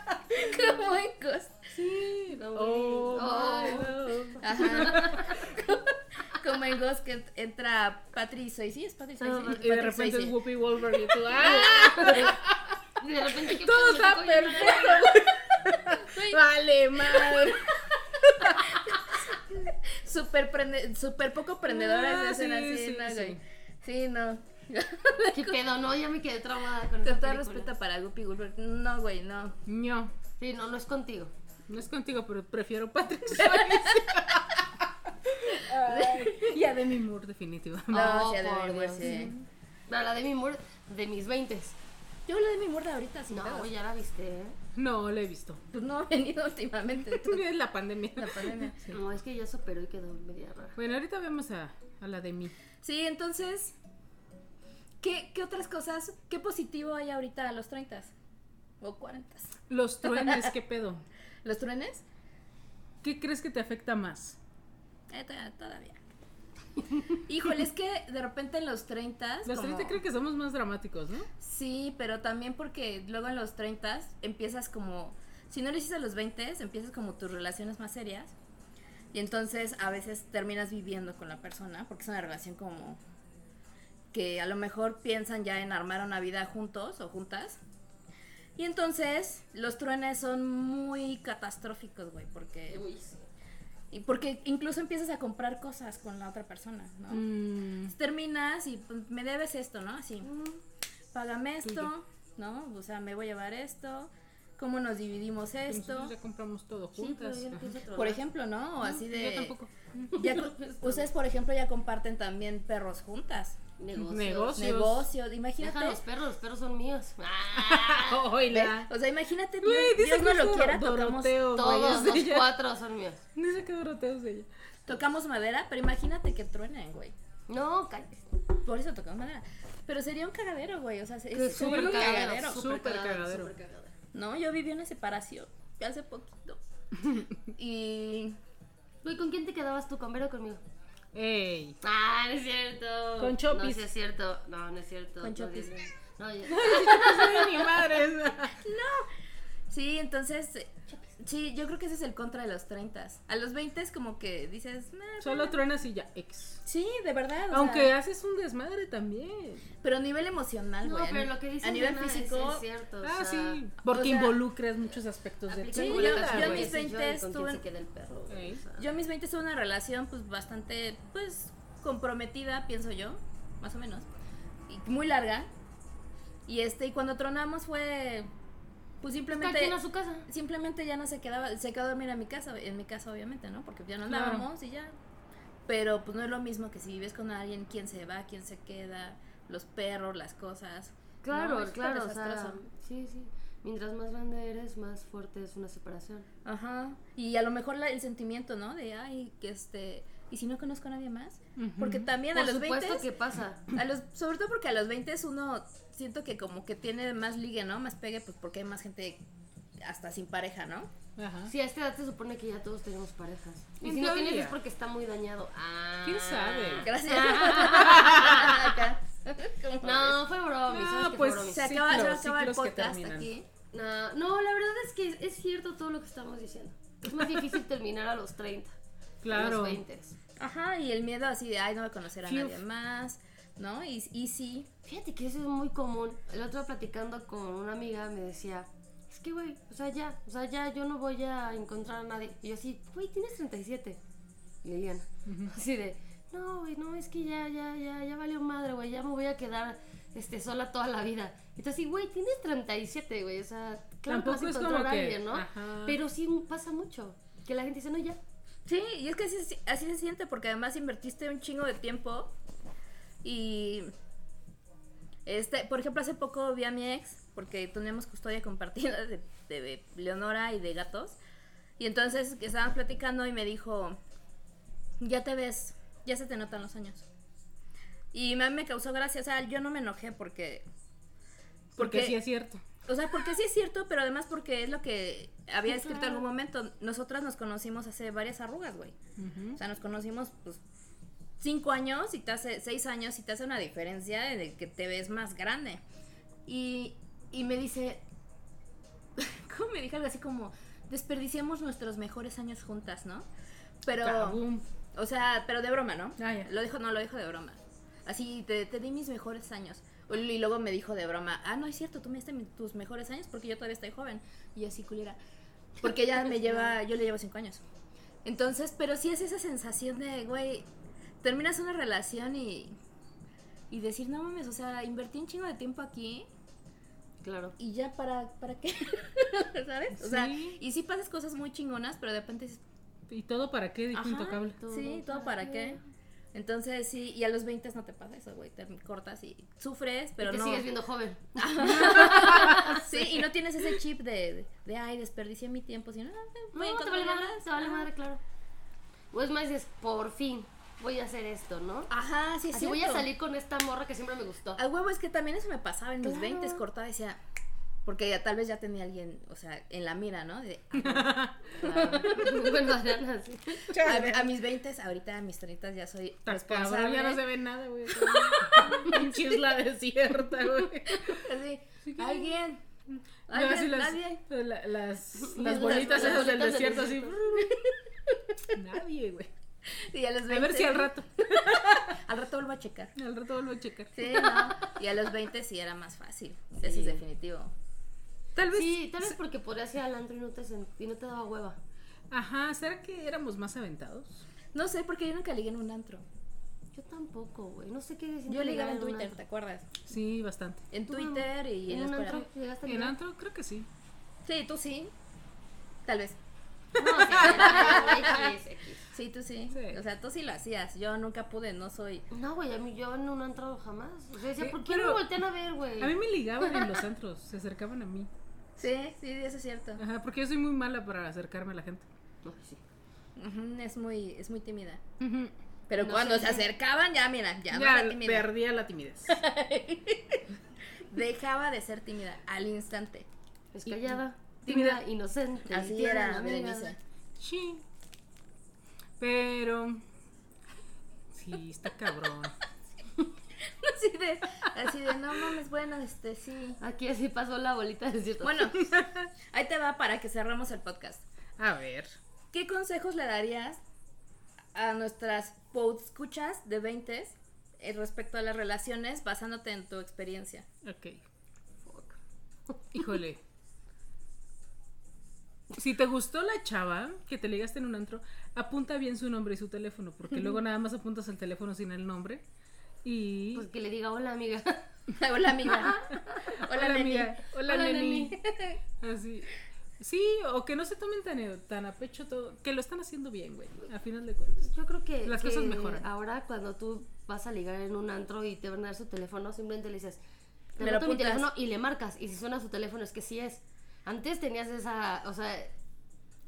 [SPEAKER 2] Como en Ghost.
[SPEAKER 1] sí.
[SPEAKER 3] No,
[SPEAKER 1] Oh,
[SPEAKER 3] güey.
[SPEAKER 1] my love.
[SPEAKER 2] Ajá. Como en Ghost que entra Patrick Swayze, ¿es Patrick Swayze?
[SPEAKER 3] Ajá.
[SPEAKER 1] Y de
[SPEAKER 2] Patrick
[SPEAKER 1] repente es
[SPEAKER 2] Swayze.
[SPEAKER 1] Whoopi Wolverine. y tú, ¡ah!
[SPEAKER 3] Y de repente, ¿qué
[SPEAKER 1] Todo
[SPEAKER 3] pedo?
[SPEAKER 1] está
[SPEAKER 3] Oye,
[SPEAKER 1] perfecto. Vale, madre.
[SPEAKER 2] Súper prende- súper poco prendedora
[SPEAKER 1] Ah,
[SPEAKER 2] de escena
[SPEAKER 1] sí,
[SPEAKER 2] así,
[SPEAKER 1] sí,
[SPEAKER 2] ¿no,
[SPEAKER 1] sí.
[SPEAKER 2] güey? Sí, no.
[SPEAKER 3] ¿Qué pedo? No, ya me quedé traumada con
[SPEAKER 2] Con todo
[SPEAKER 3] esa película.
[SPEAKER 2] respeto para Guppy Goldberg. No, güey, no.
[SPEAKER 1] No,
[SPEAKER 3] Sí, no, no es contigo.
[SPEAKER 1] no es contigo, pero prefiero Patrick Swayze. Ay, Y a Demi Moore, definitivamente.
[SPEAKER 2] No,
[SPEAKER 3] Oh,
[SPEAKER 2] sí, a Demi
[SPEAKER 3] por
[SPEAKER 2] Moore,
[SPEAKER 3] Dios.
[SPEAKER 2] sí.
[SPEAKER 3] No, la de mi Moore, de mis veintes.
[SPEAKER 2] Yo hablo de mi muerda ahorita, sin
[SPEAKER 3] No,
[SPEAKER 2] pedos.
[SPEAKER 3] ya la viste, ¿eh?
[SPEAKER 1] No, la he visto.
[SPEAKER 2] Pues no ha venido últimamente. entonces,
[SPEAKER 1] Es la pandemia.
[SPEAKER 2] la pandemia.
[SPEAKER 3] No, es que ya superó y quedó media rara.
[SPEAKER 1] Bueno, ahorita vemos a, a la Demi.
[SPEAKER 2] Sí, entonces, ¿qué, ¿qué otras cosas, qué positivo hay ahorita a los 30 o 40?
[SPEAKER 1] Los truenes, ¿qué pedo?
[SPEAKER 2] ¿Los truenes?
[SPEAKER 1] ¿Qué crees que te afecta más?
[SPEAKER 2] Eh, to- todavía. Híjole, es que de repente en los 30
[SPEAKER 1] Los 30 creo que somos más dramáticos, ¿no?
[SPEAKER 2] Sí, pero también porque luego en los 30 empiezas como, si no lo hiciste a los 20, empiezas como tus relaciones más serias. Y entonces a veces terminas viviendo con la persona, porque es una relación como que a lo mejor piensan ya en armar una vida juntos o juntas. Y entonces los truenes son muy catastróficos, güey,
[SPEAKER 3] Eh,
[SPEAKER 2] porque y porque incluso empiezas a comprar cosas con la otra persona, ¿no?
[SPEAKER 1] Mm,
[SPEAKER 2] terminas y pues, me debes esto, ¿no? Así, págame
[SPEAKER 1] Tuyo.
[SPEAKER 2] esto, ¿no? O sea, me voy a llevar esto, ¿cómo nos dividimos esto?
[SPEAKER 1] nosotros ya compramos todo
[SPEAKER 3] Sí, pero
[SPEAKER 1] juntas.
[SPEAKER 3] yo no
[SPEAKER 1] Ajá.
[SPEAKER 3] pienso otro
[SPEAKER 2] Por
[SPEAKER 3] lado.
[SPEAKER 2] ejemplo, ¿no? O así de...
[SPEAKER 1] Yo tampoco.
[SPEAKER 2] ya co- ustedes, por ejemplo, ya comparten también perros juntas.
[SPEAKER 3] Negocios.
[SPEAKER 1] Negocio. Socios.
[SPEAKER 2] Negocios, imagínate.
[SPEAKER 3] Deja los perros, los perros son míos.
[SPEAKER 1] Ah,
[SPEAKER 2] ¿ves?
[SPEAKER 1] Hola.
[SPEAKER 2] O sea, imagínate, Dios,
[SPEAKER 1] Güey, dice
[SPEAKER 2] Dios no
[SPEAKER 1] que
[SPEAKER 2] lo
[SPEAKER 1] es
[SPEAKER 2] quiera,
[SPEAKER 1] Dor-
[SPEAKER 2] tocamos,
[SPEAKER 1] Doroteo, güey,
[SPEAKER 3] Todos
[SPEAKER 1] es
[SPEAKER 3] los
[SPEAKER 1] ella.
[SPEAKER 3] cuatro son míos.
[SPEAKER 1] Dice que Doroteo es ella.
[SPEAKER 2] tocamos madera, pero imagínate que truenen, güey.
[SPEAKER 3] No, cállate.
[SPEAKER 2] Por eso tocamos madera. Pero sería un cagadero, güey. O sea, se-
[SPEAKER 3] Que
[SPEAKER 2] es sería un cagadero.
[SPEAKER 1] Súper cagadero.
[SPEAKER 3] súper cagadero.
[SPEAKER 2] No, yo viví una separación hace poquito. y
[SPEAKER 3] Güey, ¿con quién te quedabas tú? ¿Con Vero o conmigo?
[SPEAKER 1] Ey.
[SPEAKER 3] Ah, no es cierto.
[SPEAKER 1] Con Chopis.
[SPEAKER 3] No, sí es cierto. No, no es cierto.
[SPEAKER 2] Con
[SPEAKER 3] No,
[SPEAKER 2] Chopis.
[SPEAKER 3] sí es- No, ya.
[SPEAKER 1] No soy ni madre.
[SPEAKER 2] sí, entonces eh, sí, yo creo que ese es el contra de los 30. A los 20 es como que dices, "Nah, pues
[SPEAKER 1] Solo truenas y ya, ex.
[SPEAKER 2] sí, de verdad, o
[SPEAKER 1] Aunque
[SPEAKER 2] sea,
[SPEAKER 1] haces un desmadre también.
[SPEAKER 2] pero a nivel emocional,
[SPEAKER 3] No,
[SPEAKER 2] güey. a
[SPEAKER 3] pero
[SPEAKER 2] ni-
[SPEAKER 3] lo que dice
[SPEAKER 2] a nivel
[SPEAKER 3] Diana es-
[SPEAKER 2] físico
[SPEAKER 3] es, cierto. o
[SPEAKER 1] Ah,
[SPEAKER 3] sea,
[SPEAKER 1] sí. Porque
[SPEAKER 2] o sea,
[SPEAKER 1] involucras muchos aspectos de
[SPEAKER 3] aplica
[SPEAKER 2] Sí,
[SPEAKER 3] como
[SPEAKER 1] vida,
[SPEAKER 3] la
[SPEAKER 2] yo-
[SPEAKER 3] canción
[SPEAKER 2] yo a
[SPEAKER 3] de
[SPEAKER 1] güey.
[SPEAKER 2] mis
[SPEAKER 3] Jesús, yo,
[SPEAKER 2] 20
[SPEAKER 3] ¿y con quién
[SPEAKER 2] estuve-
[SPEAKER 3] se queda el perro? güey?
[SPEAKER 1] Ey.
[SPEAKER 3] O sea,
[SPEAKER 2] Yo a mis 20 tuve una relación pues bastante pues comprometida, pienso yo, más o menos. Y muy larga. Y este y cuando tronamos fue pues
[SPEAKER 3] Cada
[SPEAKER 2] simplemente
[SPEAKER 3] quien a su casa.
[SPEAKER 2] simplemente ya no se quedaba, se quedó a dormir a mi casa, en mi casa obviamente, ¿no? Porque ya no
[SPEAKER 1] Claro.
[SPEAKER 2] andábamos y ya. Pero pues no es lo mismo que si vives con alguien, quién se va, quién se queda, los perros, las cosas.
[SPEAKER 3] Claro,
[SPEAKER 2] No, es
[SPEAKER 3] claro, o sea,
[SPEAKER 2] desastroso.
[SPEAKER 3] sí, sí. Mientras más grande eres, más fuerte es una separación.
[SPEAKER 2] Ajá. Y a lo mejor la- el sentimiento, ¿no? De ay, que este, y si no conozco a nadie más, porque también
[SPEAKER 3] Por
[SPEAKER 2] a los
[SPEAKER 3] supuesto
[SPEAKER 2] 20
[SPEAKER 3] que pasa.
[SPEAKER 2] a los, sobre todo porque a los 20 uno siento que como que tiene más ligue, ¿no? Más pegue, pues porque hay más gente hasta sin pareja, ¿no?
[SPEAKER 1] Ajá.
[SPEAKER 3] Si a esta edad se supone que ya todos tenemos parejas. Y
[SPEAKER 1] Ah. En
[SPEAKER 3] si no tienes
[SPEAKER 1] teoría.
[SPEAKER 3] es porque está muy dañado. Ah.
[SPEAKER 1] ¿Quién sabe?
[SPEAKER 2] Gracias. Como ves.
[SPEAKER 3] No, fue bromi.
[SPEAKER 1] No,
[SPEAKER 3] sabes que
[SPEAKER 1] pues,
[SPEAKER 3] fue bromi.
[SPEAKER 2] se acaba, se va a
[SPEAKER 1] Ciclos,
[SPEAKER 2] acabar el
[SPEAKER 1] ciclos que
[SPEAKER 2] podcast
[SPEAKER 1] terminan.
[SPEAKER 2] aquí.
[SPEAKER 3] No, no, la verdad es que es, es cierto todo lo que estamos diciendo. Es más difícil terminar a los 30. A
[SPEAKER 1] Claro.
[SPEAKER 3] los 20.
[SPEAKER 2] Ajá, y el miedo así de, ay, no voy a conocer a
[SPEAKER 1] Fiu.
[SPEAKER 2] nadie más, ¿no? Y, y sí,
[SPEAKER 3] Fíjate que eso es muy común. El otro día platicando con una amiga me decía, es que güey, o sea, ya, o sea, ya yo no voy a encontrar a nadie. Y yo así, güey, tienes 37. Liliana. Así de, no, güey, no, es que ya, ya, ya, ya valió madre, güey, ya me voy a quedar este, sola toda la vida. Y tú así, güey, tienes 37, güey, o sea, claro que vas
[SPEAKER 1] Tampoco
[SPEAKER 3] a
[SPEAKER 1] es
[SPEAKER 3] encontrar
[SPEAKER 1] como
[SPEAKER 3] a
[SPEAKER 1] que-
[SPEAKER 3] alguien, ¿no?
[SPEAKER 1] ajá.
[SPEAKER 3] Pero sí pasa mucho, que la gente dice, no, ya.
[SPEAKER 2] Sí, y es que así, se- así se siente porque además invertiste un chingo de tiempo y este, por ejemplo, hace poco vi a mi ex porque teníamos custodia compartida de, de Leonora y de gatos y entonces estábamos platicando y me dijo, ya te ves, ya se te notan los años y me, me causó gracia, o sea, yo no me enojé porque
[SPEAKER 1] Porque
[SPEAKER 2] porque-
[SPEAKER 1] sí es cierto.
[SPEAKER 2] o sea, porque sí es cierto, pero además porque es lo que había escrito en algún momento. Nosotras nos conocimos hace varias arrugas, güey. O sea, nos conocimos, pues, cinco años y te hace, seis años y te hace una diferencia de que te ves más grande. Y, y me dice, ¿cómo me dijo algo así como, desperdiciamos nuestros mejores años juntas, ¿no? Pero...
[SPEAKER 1] Kabum.
[SPEAKER 2] O sea, pero de broma, ¿no?
[SPEAKER 1] Ah, ya.
[SPEAKER 2] Lo dijo, no, lo dijo de broma. Así, te, te di mis mejores años. Y luego me dijo de broma, ah, no es cierto, tú me diste mi- tus mejores años porque yo todavía estoy joven. Y yo así, culera. Porque ella me lleva, yo le llevo cinco años. Entonces, pero sí es esa sensación de, güey, terminas una relación y, y decir, no mames, o sea, invertí un chingo de tiempo aquí
[SPEAKER 3] Claro.
[SPEAKER 2] y ya para, ¿para qué? ¿Sabes? O sea,
[SPEAKER 1] Sí.
[SPEAKER 2] y sí pasas cosas muy chingonas, pero de repente dices,
[SPEAKER 1] ¿Y todo para qué? Dijo
[SPEAKER 2] Ajá,
[SPEAKER 1] Intocable.
[SPEAKER 3] todo
[SPEAKER 2] Sí, todo para qué. Entonces, sí, y a los 20 no te pasa eso, güey. Te cortas y sufres, pero
[SPEAKER 3] Pero te
[SPEAKER 2] no. Ah,
[SPEAKER 3] sigues viendo joven.
[SPEAKER 2] sí, y no tienes ese chip de, de, de, ay, desperdicié mi tiempo. Sino, ah, voy a
[SPEAKER 3] No, te
[SPEAKER 2] encontrar
[SPEAKER 3] vale madre,
[SPEAKER 2] más".
[SPEAKER 3] te vale
[SPEAKER 2] Ah.
[SPEAKER 3] madre, claro. O es más, dices, por fin voy a hacer esto, ¿no?
[SPEAKER 2] Ajá, Ah, sí, Ah. sí.
[SPEAKER 3] Así voy a salir con esta morra que siempre me gustó.
[SPEAKER 2] A huevo, es que también eso me pasaba en mis
[SPEAKER 3] Claro.
[SPEAKER 2] 20 cortaba y decía. Porque ya, tal vez ya tenía alguien, o sea, en la mira, ¿no? De, ah, claro.
[SPEAKER 3] bueno, Adriana, sí.
[SPEAKER 2] a, a mis 20, ahorita a mis 30 ya soy
[SPEAKER 1] Está Ah, cabrón,
[SPEAKER 2] responsable.
[SPEAKER 1] ya no se ve nada, güey. Pinche isla desierta, güey.
[SPEAKER 2] Así, alguien.
[SPEAKER 1] Luego así
[SPEAKER 2] alguien,
[SPEAKER 1] las, pues,
[SPEAKER 2] nadie.
[SPEAKER 1] la- las, las
[SPEAKER 3] Las-
[SPEAKER 1] bolitas
[SPEAKER 3] las
[SPEAKER 1] esas del
[SPEAKER 3] bolitas del
[SPEAKER 1] desierto así. Nadie, güey.
[SPEAKER 2] Y a los 20.
[SPEAKER 1] A ver si al rato.
[SPEAKER 2] Al rato vuelvo a checar.
[SPEAKER 1] Al rato vuelvo a checar.
[SPEAKER 2] Sí, no. Y a los 20 sí era más fácil. Eso es definitivo.
[SPEAKER 1] Tal vez.
[SPEAKER 3] Sí, tal vez porque podrías ir al antro y no te, sent- y no te daba hueva.
[SPEAKER 1] Ajá, ¿será que éramos más aventados?
[SPEAKER 2] No sé, porque yo nunca ligué en un antro.
[SPEAKER 3] Yo tampoco, güey. No sé qué decir.
[SPEAKER 2] Yo ligaba en Twitter, ¿te acuerdas?
[SPEAKER 1] Sí, bastante.
[SPEAKER 2] En Twitter y en,
[SPEAKER 3] ¿En un
[SPEAKER 2] la escuela.
[SPEAKER 3] antro? ¿Llegaste a
[SPEAKER 1] ¿En
[SPEAKER 3] ligar?
[SPEAKER 1] antro? Creo que sí.
[SPEAKER 2] Sí, tú sí. Tal vez.
[SPEAKER 3] No, sí, güey, X, X.
[SPEAKER 2] Sí, tú sí.
[SPEAKER 1] Sí.
[SPEAKER 2] O sea, tú sí lo hacías. Yo nunca pude, no soy.
[SPEAKER 3] No, güey, a mí yo en un antro jamás. O sea, decía,
[SPEAKER 1] Eh,
[SPEAKER 3] ¿por qué
[SPEAKER 1] pero-
[SPEAKER 3] me voltean a ver, güey?
[SPEAKER 1] A mí me ligaban en los antros, se acercaban a mí.
[SPEAKER 2] Sí, sí, eso es cierto.
[SPEAKER 1] Ajá, porque yo soy muy mala para acercarme a la gente.
[SPEAKER 3] Ay, sí.
[SPEAKER 2] Ujú, es muy es muy tímida.
[SPEAKER 1] Ujú.
[SPEAKER 2] Pero
[SPEAKER 3] No
[SPEAKER 2] cuando
[SPEAKER 3] sé
[SPEAKER 2] se
[SPEAKER 3] si-
[SPEAKER 2] acercaban, ya mira, ya, no
[SPEAKER 1] Ya
[SPEAKER 2] era tímida.
[SPEAKER 1] perdía la timidez.
[SPEAKER 2] Dejaba de ser tímida al instante.
[SPEAKER 3] Es callada,
[SPEAKER 1] Tímida.
[SPEAKER 3] tímida, inocente.
[SPEAKER 2] Así
[SPEAKER 3] tierna,
[SPEAKER 2] era
[SPEAKER 3] amiga.
[SPEAKER 2] Berenice.
[SPEAKER 1] Sí. Pero. Sí, está cabrón.
[SPEAKER 2] Así de, así de, no mames, bueno, este sí.
[SPEAKER 3] Aquí así pasó la bolita del cierto.
[SPEAKER 2] Bueno, ahí te va para que cerremos el podcast.
[SPEAKER 1] A ver.
[SPEAKER 2] ¿Qué consejos le darías a nuestras escuchas de 20 respecto a las relaciones basándote en tu experiencia?
[SPEAKER 1] Ok. Híjole. Si te gustó la chava que te ligaste en un antro, apunta bien su nombre y su teléfono, porque luego nada más apuntas el teléfono sin el nombre. Y.
[SPEAKER 3] pues que le diga hola, amiga.
[SPEAKER 2] Hola amiga. Hola,
[SPEAKER 1] Hola,
[SPEAKER 2] neni.
[SPEAKER 1] amiga. Hola,
[SPEAKER 3] Hola,
[SPEAKER 1] neni.
[SPEAKER 3] neni.
[SPEAKER 1] Así. Sí, o que no se tomen tan, tan a pecho todo. Que lo están haciendo bien, güey. A final de cuentas.
[SPEAKER 3] Yo creo que,
[SPEAKER 1] Las
[SPEAKER 3] que
[SPEAKER 1] cosas mejoran.
[SPEAKER 3] ahora cuando tú vas a ligar en un antro y te van a dar su teléfono, simplemente le dices, te
[SPEAKER 2] Me lo
[SPEAKER 3] meto mi
[SPEAKER 2] apuntas.
[SPEAKER 3] teléfono y le marcas. Y si suena su teléfono es que sí es. Antes tenías esa, o sea,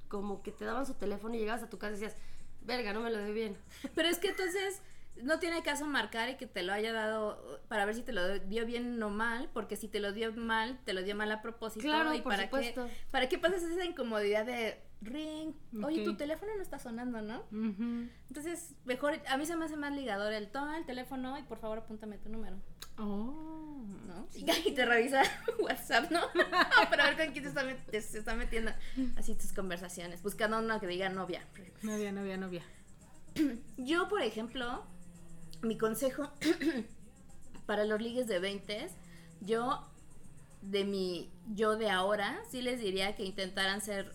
[SPEAKER 3] como que te daban su teléfono y llegabas a tu casa y decías, verga, no me lo doy bien.
[SPEAKER 2] Pero es que entonces no tiene caso marcar y que te lo haya dado uh, para ver si te lo dio bien o mal, porque si te lo dio mal, te lo dio mal a propósito.
[SPEAKER 3] Claro,
[SPEAKER 2] y
[SPEAKER 3] por
[SPEAKER 2] para
[SPEAKER 3] supuesto.
[SPEAKER 2] Qué, ¿Para qué pasas esa incomodidad de ring? Oye,
[SPEAKER 1] Ok.
[SPEAKER 2] tu teléfono no está sonando, ¿no?
[SPEAKER 1] Ujú.
[SPEAKER 2] Entonces, mejor, a mí se me hace más ligador el toma el teléfono y por favor apúntame tu número,
[SPEAKER 1] Oh.
[SPEAKER 2] ¿no? Y te revisa WhatsApp, ¿no? para ver con quién te está, met- te- se está metiendo así tus conversaciones, buscando una que diga novia.
[SPEAKER 1] Novia, novia, novia.
[SPEAKER 2] Yo, por ejemplo, mi consejo para los ligues de 20, yo de mi yo de ahora, sí les diría que intentaran ser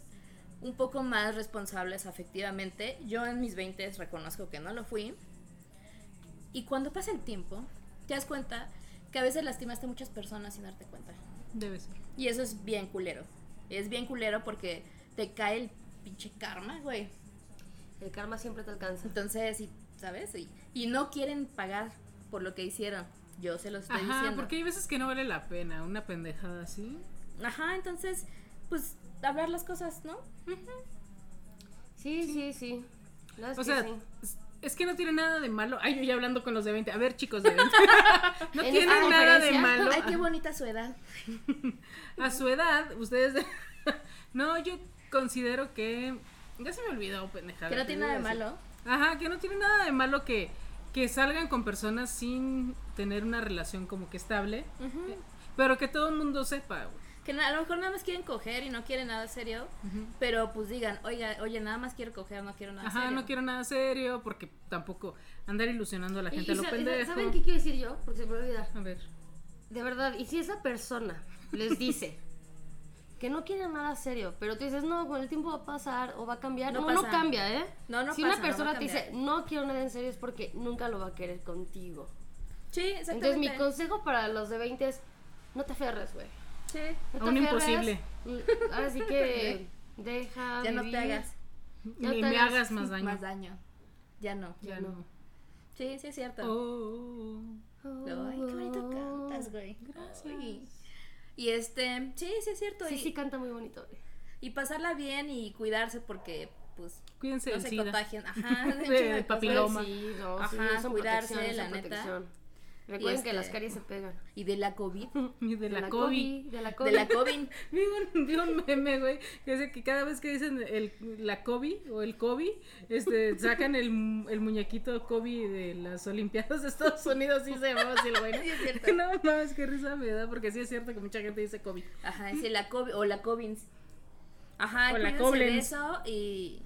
[SPEAKER 2] un poco más responsables afectivamente. Yo en mis 20 reconozco que no lo fui. Y cuando pasa el tiempo, te das cuenta que a veces lastimaste a muchas personas sin darte cuenta.
[SPEAKER 1] Debe ser.
[SPEAKER 2] Y eso es bien culero. Es bien culero porque te cae el pinche karma, güey.
[SPEAKER 3] El karma siempre te alcanza.
[SPEAKER 2] Entonces, y, ¿sabes? Y, y no quieren pagar por lo que hicieron. Yo se los estoy
[SPEAKER 1] Ajá,
[SPEAKER 2] diciendo.
[SPEAKER 1] porque hay veces que no vale la pena una pendejada así.
[SPEAKER 2] Ajá, entonces, pues hablar las cosas, ¿no?
[SPEAKER 3] Sí, sí, sí. No, es
[SPEAKER 1] O
[SPEAKER 3] que
[SPEAKER 1] sea,
[SPEAKER 3] sí.
[SPEAKER 1] es- es que no tiene nada de malo. Ay, yo ya hablando con los de 20. A ver, chicos de 20. no
[SPEAKER 3] En
[SPEAKER 1] tiene
[SPEAKER 3] esta
[SPEAKER 1] nada de
[SPEAKER 3] conferencia.
[SPEAKER 1] malo.
[SPEAKER 2] Ay, qué bonita su edad.
[SPEAKER 1] A su edad, ustedes. de- no, yo considero que. Ya se me olvidó, pendejada.
[SPEAKER 2] que no
[SPEAKER 1] te
[SPEAKER 2] tiene
[SPEAKER 1] iba
[SPEAKER 2] nada
[SPEAKER 1] a
[SPEAKER 2] de
[SPEAKER 1] decir.
[SPEAKER 2] malo.
[SPEAKER 1] Ajá, que no tiene nada de malo que, que salgan con personas sin tener una relación como que estable.
[SPEAKER 2] Ujú.
[SPEAKER 1] Pero que todo el mundo sepa, güey.
[SPEAKER 2] Que na- a lo mejor nada más quieren coger y no quieren nada serio. Pero pues digan, oiga, oye, nada más quiero coger, no quiero nada
[SPEAKER 1] Ajá,
[SPEAKER 2] serio.
[SPEAKER 1] no quiero nada serio, porque tampoco andar ilusionando a la
[SPEAKER 3] Y-
[SPEAKER 1] gente
[SPEAKER 3] y
[SPEAKER 1] a lo
[SPEAKER 3] sa-
[SPEAKER 1] pendejo.
[SPEAKER 3] ¿Saben qué quiero decir yo? Porque se me olvida.
[SPEAKER 1] A ver.
[SPEAKER 3] De verdad, y si esa persona les dice que no quiere nada serio, pero tú dices, no, con el tiempo va a pasar o va a cambiar,
[SPEAKER 2] No
[SPEAKER 3] no, no,
[SPEAKER 2] pasa.
[SPEAKER 3] cambia, ¿eh?
[SPEAKER 2] No, no
[SPEAKER 3] si
[SPEAKER 2] pasa,
[SPEAKER 3] una
[SPEAKER 2] no va a
[SPEAKER 3] persona te
[SPEAKER 2] cambiar.
[SPEAKER 3] dice, no quiero nada en serio, es porque nunca lo va a querer contigo.
[SPEAKER 2] Sí, exactamente.
[SPEAKER 3] Entonces, mi consejo para los de 20 es, no te aferres, güey.
[SPEAKER 2] Sí.
[SPEAKER 3] No
[SPEAKER 1] A un
[SPEAKER 3] te aferres.
[SPEAKER 1] imposible.
[SPEAKER 3] Mm, Ahora sí que deja
[SPEAKER 2] Ya no te
[SPEAKER 3] vivir.
[SPEAKER 2] hagas
[SPEAKER 3] No
[SPEAKER 1] Ni
[SPEAKER 3] te
[SPEAKER 1] me
[SPEAKER 3] hagas
[SPEAKER 1] hagas más Ah, daño.
[SPEAKER 2] más daño. Ya no.
[SPEAKER 1] Ya
[SPEAKER 3] Ya
[SPEAKER 1] no.
[SPEAKER 2] Sí, sí es cierto.
[SPEAKER 1] Oh,
[SPEAKER 2] Ay, qué bonito cantas, güey.
[SPEAKER 1] Gracias.
[SPEAKER 2] Ay. Y este, sí, sí es cierto.
[SPEAKER 3] Sí,
[SPEAKER 2] y,
[SPEAKER 3] sí canta muy bonito, güey.
[SPEAKER 2] y pasarla bien y cuidarse porque, pues,
[SPEAKER 1] Cuídense
[SPEAKER 2] no
[SPEAKER 1] del
[SPEAKER 2] se
[SPEAKER 1] SIDA.
[SPEAKER 2] contagian. Ajá, de un
[SPEAKER 1] Del
[SPEAKER 2] chingo de cosas.
[SPEAKER 1] papiloma.
[SPEAKER 3] Ay, Pues sí, no, sí,
[SPEAKER 2] Ajá,
[SPEAKER 3] usan
[SPEAKER 2] cuidarse,
[SPEAKER 3] protección,
[SPEAKER 2] la
[SPEAKER 3] usan
[SPEAKER 2] neta.
[SPEAKER 3] protección. Recuerden
[SPEAKER 2] este-
[SPEAKER 3] que las caries se pegan.
[SPEAKER 2] Y de la COVID.
[SPEAKER 1] Y de, la, COVID.
[SPEAKER 3] De la COVID.
[SPEAKER 2] De la COVID.
[SPEAKER 1] Vi un, vi un meme, güey, que dice que cada vez que dicen el, la Kobe o el Kobe, este, sacan el, mu- el muñequito Kobe de las Olimpiadas de Estados Unidos y se llamaba así el güey. ¿no?
[SPEAKER 2] Sí, es cierto.
[SPEAKER 1] No mames, qué risa me da, porque sí es cierto que mucha gente dice Kobe.
[SPEAKER 2] Ajá, es de la COVID. O la COVID. Ajá,
[SPEAKER 1] O la
[SPEAKER 2] cuídense de
[SPEAKER 1] Koblenz.
[SPEAKER 2] eso. Y,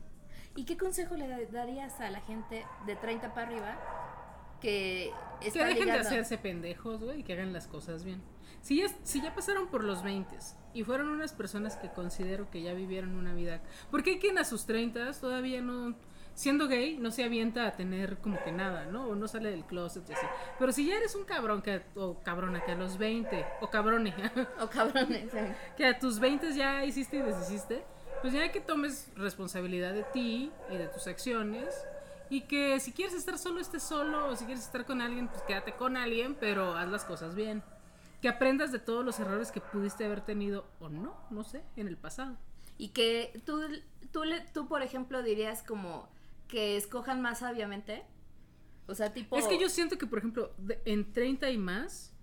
[SPEAKER 2] ¿Y qué consejo le darías a la gente de 30 para arriba que
[SPEAKER 1] Que
[SPEAKER 2] está
[SPEAKER 1] dejen de
[SPEAKER 2] ligando?
[SPEAKER 1] hacerse pendejos, güey, y que hagan las cosas bien. Si ya, si ya pasaron por los 20 y fueron unas personas que considero que ya vivieron una vida. Porque hay quien a sus 30 todavía no. Siendo gay, no se avienta a tener como que nada, ¿no? O no sale del closet y así. Pero si ya eres un cabrón que, o cabrona que a los 20, o cabrone,
[SPEAKER 2] O Oh, cabrones. sí.
[SPEAKER 1] que a tus 20 ya hiciste y deshiciste, pues ya que tomes responsabilidad de ti y de tus acciones. Y que si quieres estar solo, estés solo. O si quieres estar con alguien, pues quédate con alguien, pero haz las cosas bien. Que aprendas de todos los errores que pudiste haber tenido o no, no sé, en el pasado.
[SPEAKER 2] Y que tú, tú, le- tú, por ejemplo, dirías como que escojan más sabiamente. O sea, tipo...
[SPEAKER 1] Es que yo siento que, por ejemplo, de- en 30 y más,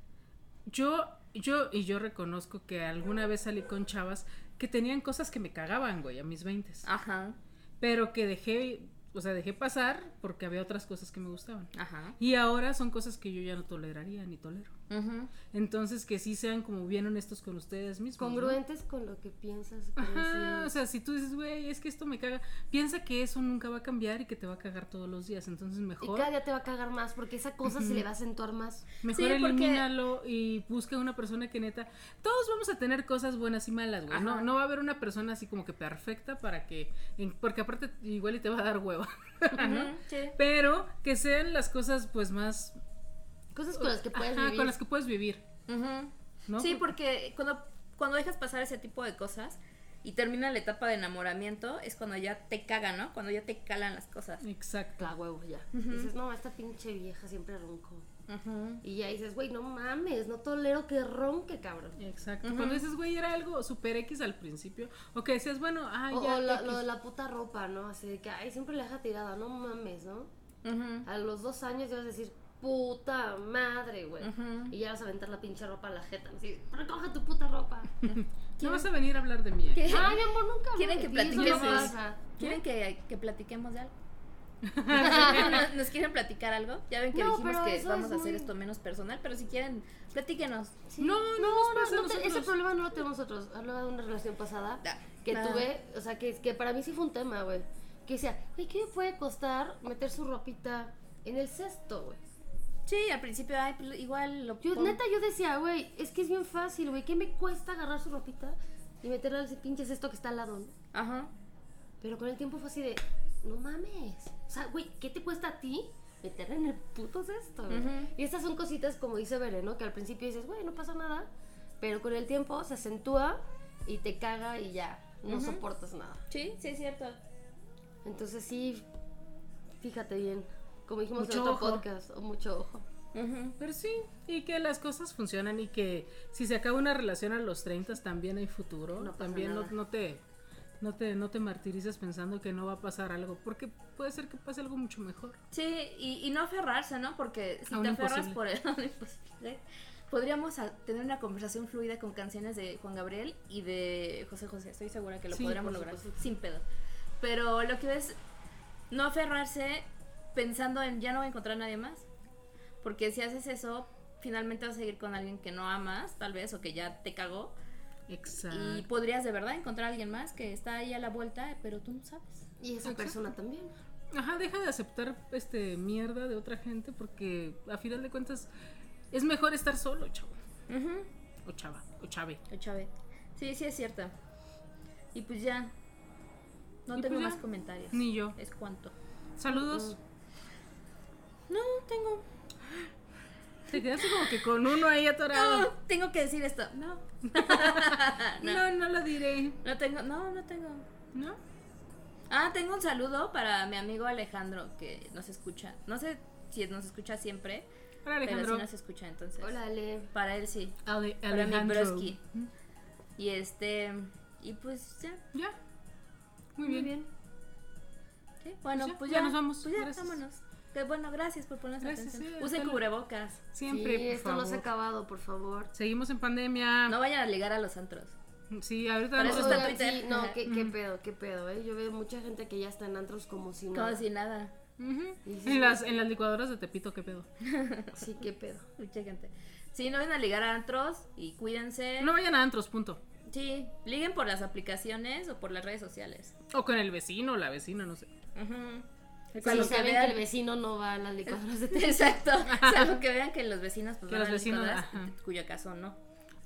[SPEAKER 1] yo, yo, y yo reconozco que alguna vez salí con chavas que tenían cosas que me cagaban, güey, a mis 20.
[SPEAKER 2] Ajá,
[SPEAKER 1] pero que dejé, o sea, dejé pasar porque había otras cosas que me gustaban.
[SPEAKER 2] ajá.
[SPEAKER 1] Y ahora son cosas que yo ya no toleraría ni tolero.
[SPEAKER 2] ujú.
[SPEAKER 1] Entonces, que sí sean como bien honestos con ustedes mismos. ¿no?
[SPEAKER 3] Congruentes con lo que piensas.
[SPEAKER 1] Ajá,
[SPEAKER 3] crees.
[SPEAKER 1] o sea, si tú dices, güey, es que esto me caga, piensa que eso nunca va a cambiar y que te va a cagar todos los días. Entonces,
[SPEAKER 3] y
[SPEAKER 1] mejor,
[SPEAKER 3] cada día te va a cagar más porque esa cosa se le va a acentuar más.
[SPEAKER 1] mejor
[SPEAKER 2] Sí, porque-
[SPEAKER 1] elimínalo y busca una persona que neta. Todos vamos a tener cosas buenas y malas, güey. No,
[SPEAKER 2] Ajá.
[SPEAKER 1] no va a haber una persona así como que perfecta para que. en- porque aparte, igual y te va a dar hueva.
[SPEAKER 2] Ujú, sí.
[SPEAKER 1] Pero que sean las cosas, pues más
[SPEAKER 3] Cosas con las que puedes
[SPEAKER 1] Ajá,
[SPEAKER 3] vivir.
[SPEAKER 1] con las que puedes vivir,
[SPEAKER 2] Ujú.
[SPEAKER 1] ¿no?
[SPEAKER 2] Sí, porque cuando, cuando dejas pasar ese tipo de cosas y termina la etapa de enamoramiento, es cuando ya te cagan, ¿no? Cuando ya te calan las cosas.
[SPEAKER 1] Exacto.
[SPEAKER 3] La huevo ya. Dices, no, esta pinche vieja siempre roncó.
[SPEAKER 2] Ujú.
[SPEAKER 3] Y ya dices, güey, no mames, no tolero que ronque, cabrón.
[SPEAKER 1] Exacto. Cuando dices, güey, era algo super X al principio. O que decías, bueno, ah,
[SPEAKER 3] O,
[SPEAKER 1] ya.
[SPEAKER 3] o la-
[SPEAKER 1] X.
[SPEAKER 3] lo de la puta ropa, ¿no? Así de que, ay, siempre la deja tirada, no mames, ¿no?
[SPEAKER 2] Ujú.
[SPEAKER 3] A los dos años ya vas a decir, puta madre, güey.
[SPEAKER 2] Ujú.
[SPEAKER 3] Y ya vas a aventar la pinche ropa a la jeta. Así, recoge tu puta ropa.
[SPEAKER 1] No vas a venir a hablar de mí.
[SPEAKER 2] ¿Qué?
[SPEAKER 3] Ay, mi amor, nunca hablé
[SPEAKER 2] ¿Quieren
[SPEAKER 3] de
[SPEAKER 2] que
[SPEAKER 3] ti, eso no
[SPEAKER 2] platiquemos?
[SPEAKER 3] pasa.
[SPEAKER 2] ¿Quieren que, que platiquemos de algo? ¿Nos, nos quieren platicar algo? Ya ven que
[SPEAKER 3] No,
[SPEAKER 2] dijimos
[SPEAKER 3] pero
[SPEAKER 2] que
[SPEAKER 3] eso
[SPEAKER 2] vamos
[SPEAKER 3] es
[SPEAKER 2] a hacer
[SPEAKER 3] muy-
[SPEAKER 2] esto menos personal, pero si quieren, platíquenos.
[SPEAKER 1] No, no, nos pasa a
[SPEAKER 3] No, no te- ese
[SPEAKER 1] nosotros.
[SPEAKER 3] problema no lo tenemos nosotros. Hablaba de una relación pasada
[SPEAKER 2] Da.
[SPEAKER 3] que
[SPEAKER 2] Ah.
[SPEAKER 3] tuve, o sea, que, que para mí sí fue un tema, güey. Que decía, güey, ¿qué me puede costar meter su ropita en el cesto, güey?
[SPEAKER 2] Sí, al principio, ay, pues, igual lo
[SPEAKER 3] Yo,
[SPEAKER 2] pon-
[SPEAKER 3] neta, yo decía, güey, es que es bien fácil, güey. ¿Qué me cuesta agarrar su ropita y meterla al pinche cesto que está al lado? no?
[SPEAKER 2] Ajá.
[SPEAKER 3] Pero con el tiempo fue así de, no mames. O sea, güey, ¿qué te cuesta a ti meterla en el puto cesto? güey?
[SPEAKER 2] Ujú.
[SPEAKER 3] Y estas son cositas, como dice Belén, ¿no? Que al principio dices, güey, no pasa nada. Pero con el tiempo se acentúa y te caga y ya, no
[SPEAKER 2] Ujú.
[SPEAKER 3] soportas nada.
[SPEAKER 2] Sí, sí, es cierto.
[SPEAKER 3] Entonces sí, fíjate bien. Como dijimos en
[SPEAKER 1] Mucho
[SPEAKER 3] otro
[SPEAKER 1] ojo.
[SPEAKER 3] podcast, o mucho ojo.
[SPEAKER 2] Ujú.
[SPEAKER 1] Pero sí, y que las cosas funcionan y que si se acaba una relación a los 30 también hay futuro.
[SPEAKER 3] No pasa
[SPEAKER 1] también no,
[SPEAKER 3] nada.
[SPEAKER 1] no te no te no te martirices pensando que no va a pasar algo, porque puede ser que pase algo mucho mejor.
[SPEAKER 2] Sí, y, y no aferrarse, ¿no? Porque si
[SPEAKER 1] A un
[SPEAKER 2] te aferras
[SPEAKER 1] imposible.
[SPEAKER 2] por el a un imposible, podríamos a- tener una conversación fluida con canciones de Juan Gabriel y de José José. Estoy segura que lo
[SPEAKER 1] Sí,
[SPEAKER 2] podríamos
[SPEAKER 1] por
[SPEAKER 2] lograr
[SPEAKER 1] supuesto.
[SPEAKER 2] sin pedo. Pero lo que ves, no aferrarse pensando en ya no voy a encontrar a nadie más. Porque si haces eso, finalmente vas a seguir con alguien que no amas, tal vez, o que ya te cagó.
[SPEAKER 1] Exacto.
[SPEAKER 2] Y podrías de verdad encontrar a alguien más que está ahí a la vuelta, pero tú no sabes.
[SPEAKER 3] Y esa
[SPEAKER 1] Exacto.
[SPEAKER 3] persona también.
[SPEAKER 1] Ajá, deja de aceptar este mierda de otra gente porque a final de cuentas es mejor estar solo, chavo.
[SPEAKER 2] Ujú.
[SPEAKER 1] O chava, o chave.
[SPEAKER 2] O Chávez. Sí, sí es cierto. Y pues ya. No
[SPEAKER 1] Y
[SPEAKER 2] tengo
[SPEAKER 1] pues ya.
[SPEAKER 2] más comentarios.
[SPEAKER 1] Ni yo.
[SPEAKER 2] Es cuanto.
[SPEAKER 1] Saludos.
[SPEAKER 2] Mm. No, tengo.
[SPEAKER 1] Te quedaste como que con uno ahí
[SPEAKER 2] No,
[SPEAKER 1] atorado.
[SPEAKER 2] tengo que decir esto. No.
[SPEAKER 1] No, no lo diré.
[SPEAKER 2] No tengo. No, no tengo.
[SPEAKER 1] ¿No?
[SPEAKER 2] Ah, tengo un saludo para mi amigo Alejandro que nos escucha. No sé si nos escucha siempre,
[SPEAKER 1] Hola
[SPEAKER 2] pero
[SPEAKER 1] Alejandro.
[SPEAKER 2] sí nos escucha entonces.
[SPEAKER 3] Hola, Ale.
[SPEAKER 2] Para él sí.
[SPEAKER 1] Ale-
[SPEAKER 2] mi
[SPEAKER 1] Alejandro. ¿Mm?
[SPEAKER 2] broski. Y este. Y pues ya.
[SPEAKER 1] Ya. Muy bien.
[SPEAKER 2] ¿sí? Bueno,
[SPEAKER 1] Pues ya,
[SPEAKER 2] pues
[SPEAKER 1] ya
[SPEAKER 2] ya,
[SPEAKER 1] nos vamos.
[SPEAKER 2] Pues ya,
[SPEAKER 1] Gracias.
[SPEAKER 2] vámonos. Que bueno, gracias por ponernos
[SPEAKER 1] Gracias,
[SPEAKER 2] atención.
[SPEAKER 1] sí,
[SPEAKER 2] Usen
[SPEAKER 1] hasta-
[SPEAKER 2] cubrebocas.
[SPEAKER 1] Siempre.
[SPEAKER 3] sí,
[SPEAKER 1] por
[SPEAKER 3] esto no se ha
[SPEAKER 1] favor.
[SPEAKER 3] acabado, por favor.
[SPEAKER 1] Seguimos en pandemia.
[SPEAKER 2] No vayan a ligar a los antros.
[SPEAKER 1] Sí, ahorita
[SPEAKER 2] Para
[SPEAKER 1] vamos
[SPEAKER 2] eso
[SPEAKER 1] a
[SPEAKER 2] está
[SPEAKER 1] estar-
[SPEAKER 3] Oigan,
[SPEAKER 2] Twitter.
[SPEAKER 3] sí, no, qué, qué
[SPEAKER 1] Ujú.
[SPEAKER 3] pedo, qué pedo, ¿eh? Yo veo mucha gente que ya está en antros como si no.
[SPEAKER 2] Como si nada.
[SPEAKER 1] Ujú.
[SPEAKER 3] Sí, sí, sí.
[SPEAKER 1] en, las, en las licuadoras de Tepito, qué pedo.
[SPEAKER 3] "Pues, Sí, qué pedo.
[SPEAKER 2] Mucha gente. Sí, no vayan a ligar a antros y cuídense.
[SPEAKER 1] No vayan a antros, punto.
[SPEAKER 2] Sí, liguen por las aplicaciones o por las redes sociales.
[SPEAKER 1] O con el vecino, la vecina, no sé.
[SPEAKER 2] Ujú.
[SPEAKER 3] Si
[SPEAKER 2] Salvo que
[SPEAKER 3] saben que
[SPEAKER 2] vean-
[SPEAKER 3] el vecino no va a las licuadoras de té.
[SPEAKER 2] Exacto. Salvo que vean que los vecinos pues,
[SPEAKER 1] Que
[SPEAKER 2] van
[SPEAKER 1] los
[SPEAKER 2] a las
[SPEAKER 1] vecinos,
[SPEAKER 2] licuadoras,
[SPEAKER 1] ajá.
[SPEAKER 2] cuyo caso no.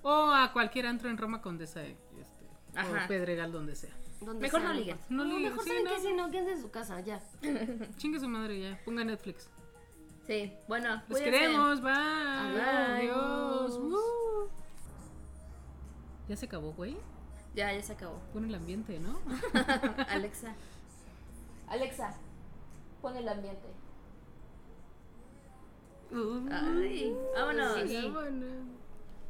[SPEAKER 1] O a cualquier antro en Roma Condesa. eh, Este,
[SPEAKER 2] Ajá.
[SPEAKER 1] O Pedregal, donde sea.
[SPEAKER 3] Donde
[SPEAKER 2] Mejor
[SPEAKER 3] sea,
[SPEAKER 2] no liguen.
[SPEAKER 3] importa.
[SPEAKER 1] No
[SPEAKER 3] No,
[SPEAKER 1] liguen,
[SPEAKER 3] mejor
[SPEAKER 1] sí,
[SPEAKER 3] saben
[SPEAKER 1] no.
[SPEAKER 3] que si no, quédense en su casa, ya.
[SPEAKER 1] Chingue su madre ya. Ponga Netflix.
[SPEAKER 2] Sí, bueno.
[SPEAKER 1] Los
[SPEAKER 2] cuídense.
[SPEAKER 1] queremos. Bye.
[SPEAKER 2] Adiós.
[SPEAKER 1] Adiós. Woo. Ya se acabó, güey.
[SPEAKER 2] Ya, ya se acabó.
[SPEAKER 1] Pon el ambiente, ¿no?
[SPEAKER 2] Alexa. Alexa, pon el ambiente. Ay, vámonos.
[SPEAKER 3] Sí.
[SPEAKER 1] Vámonos.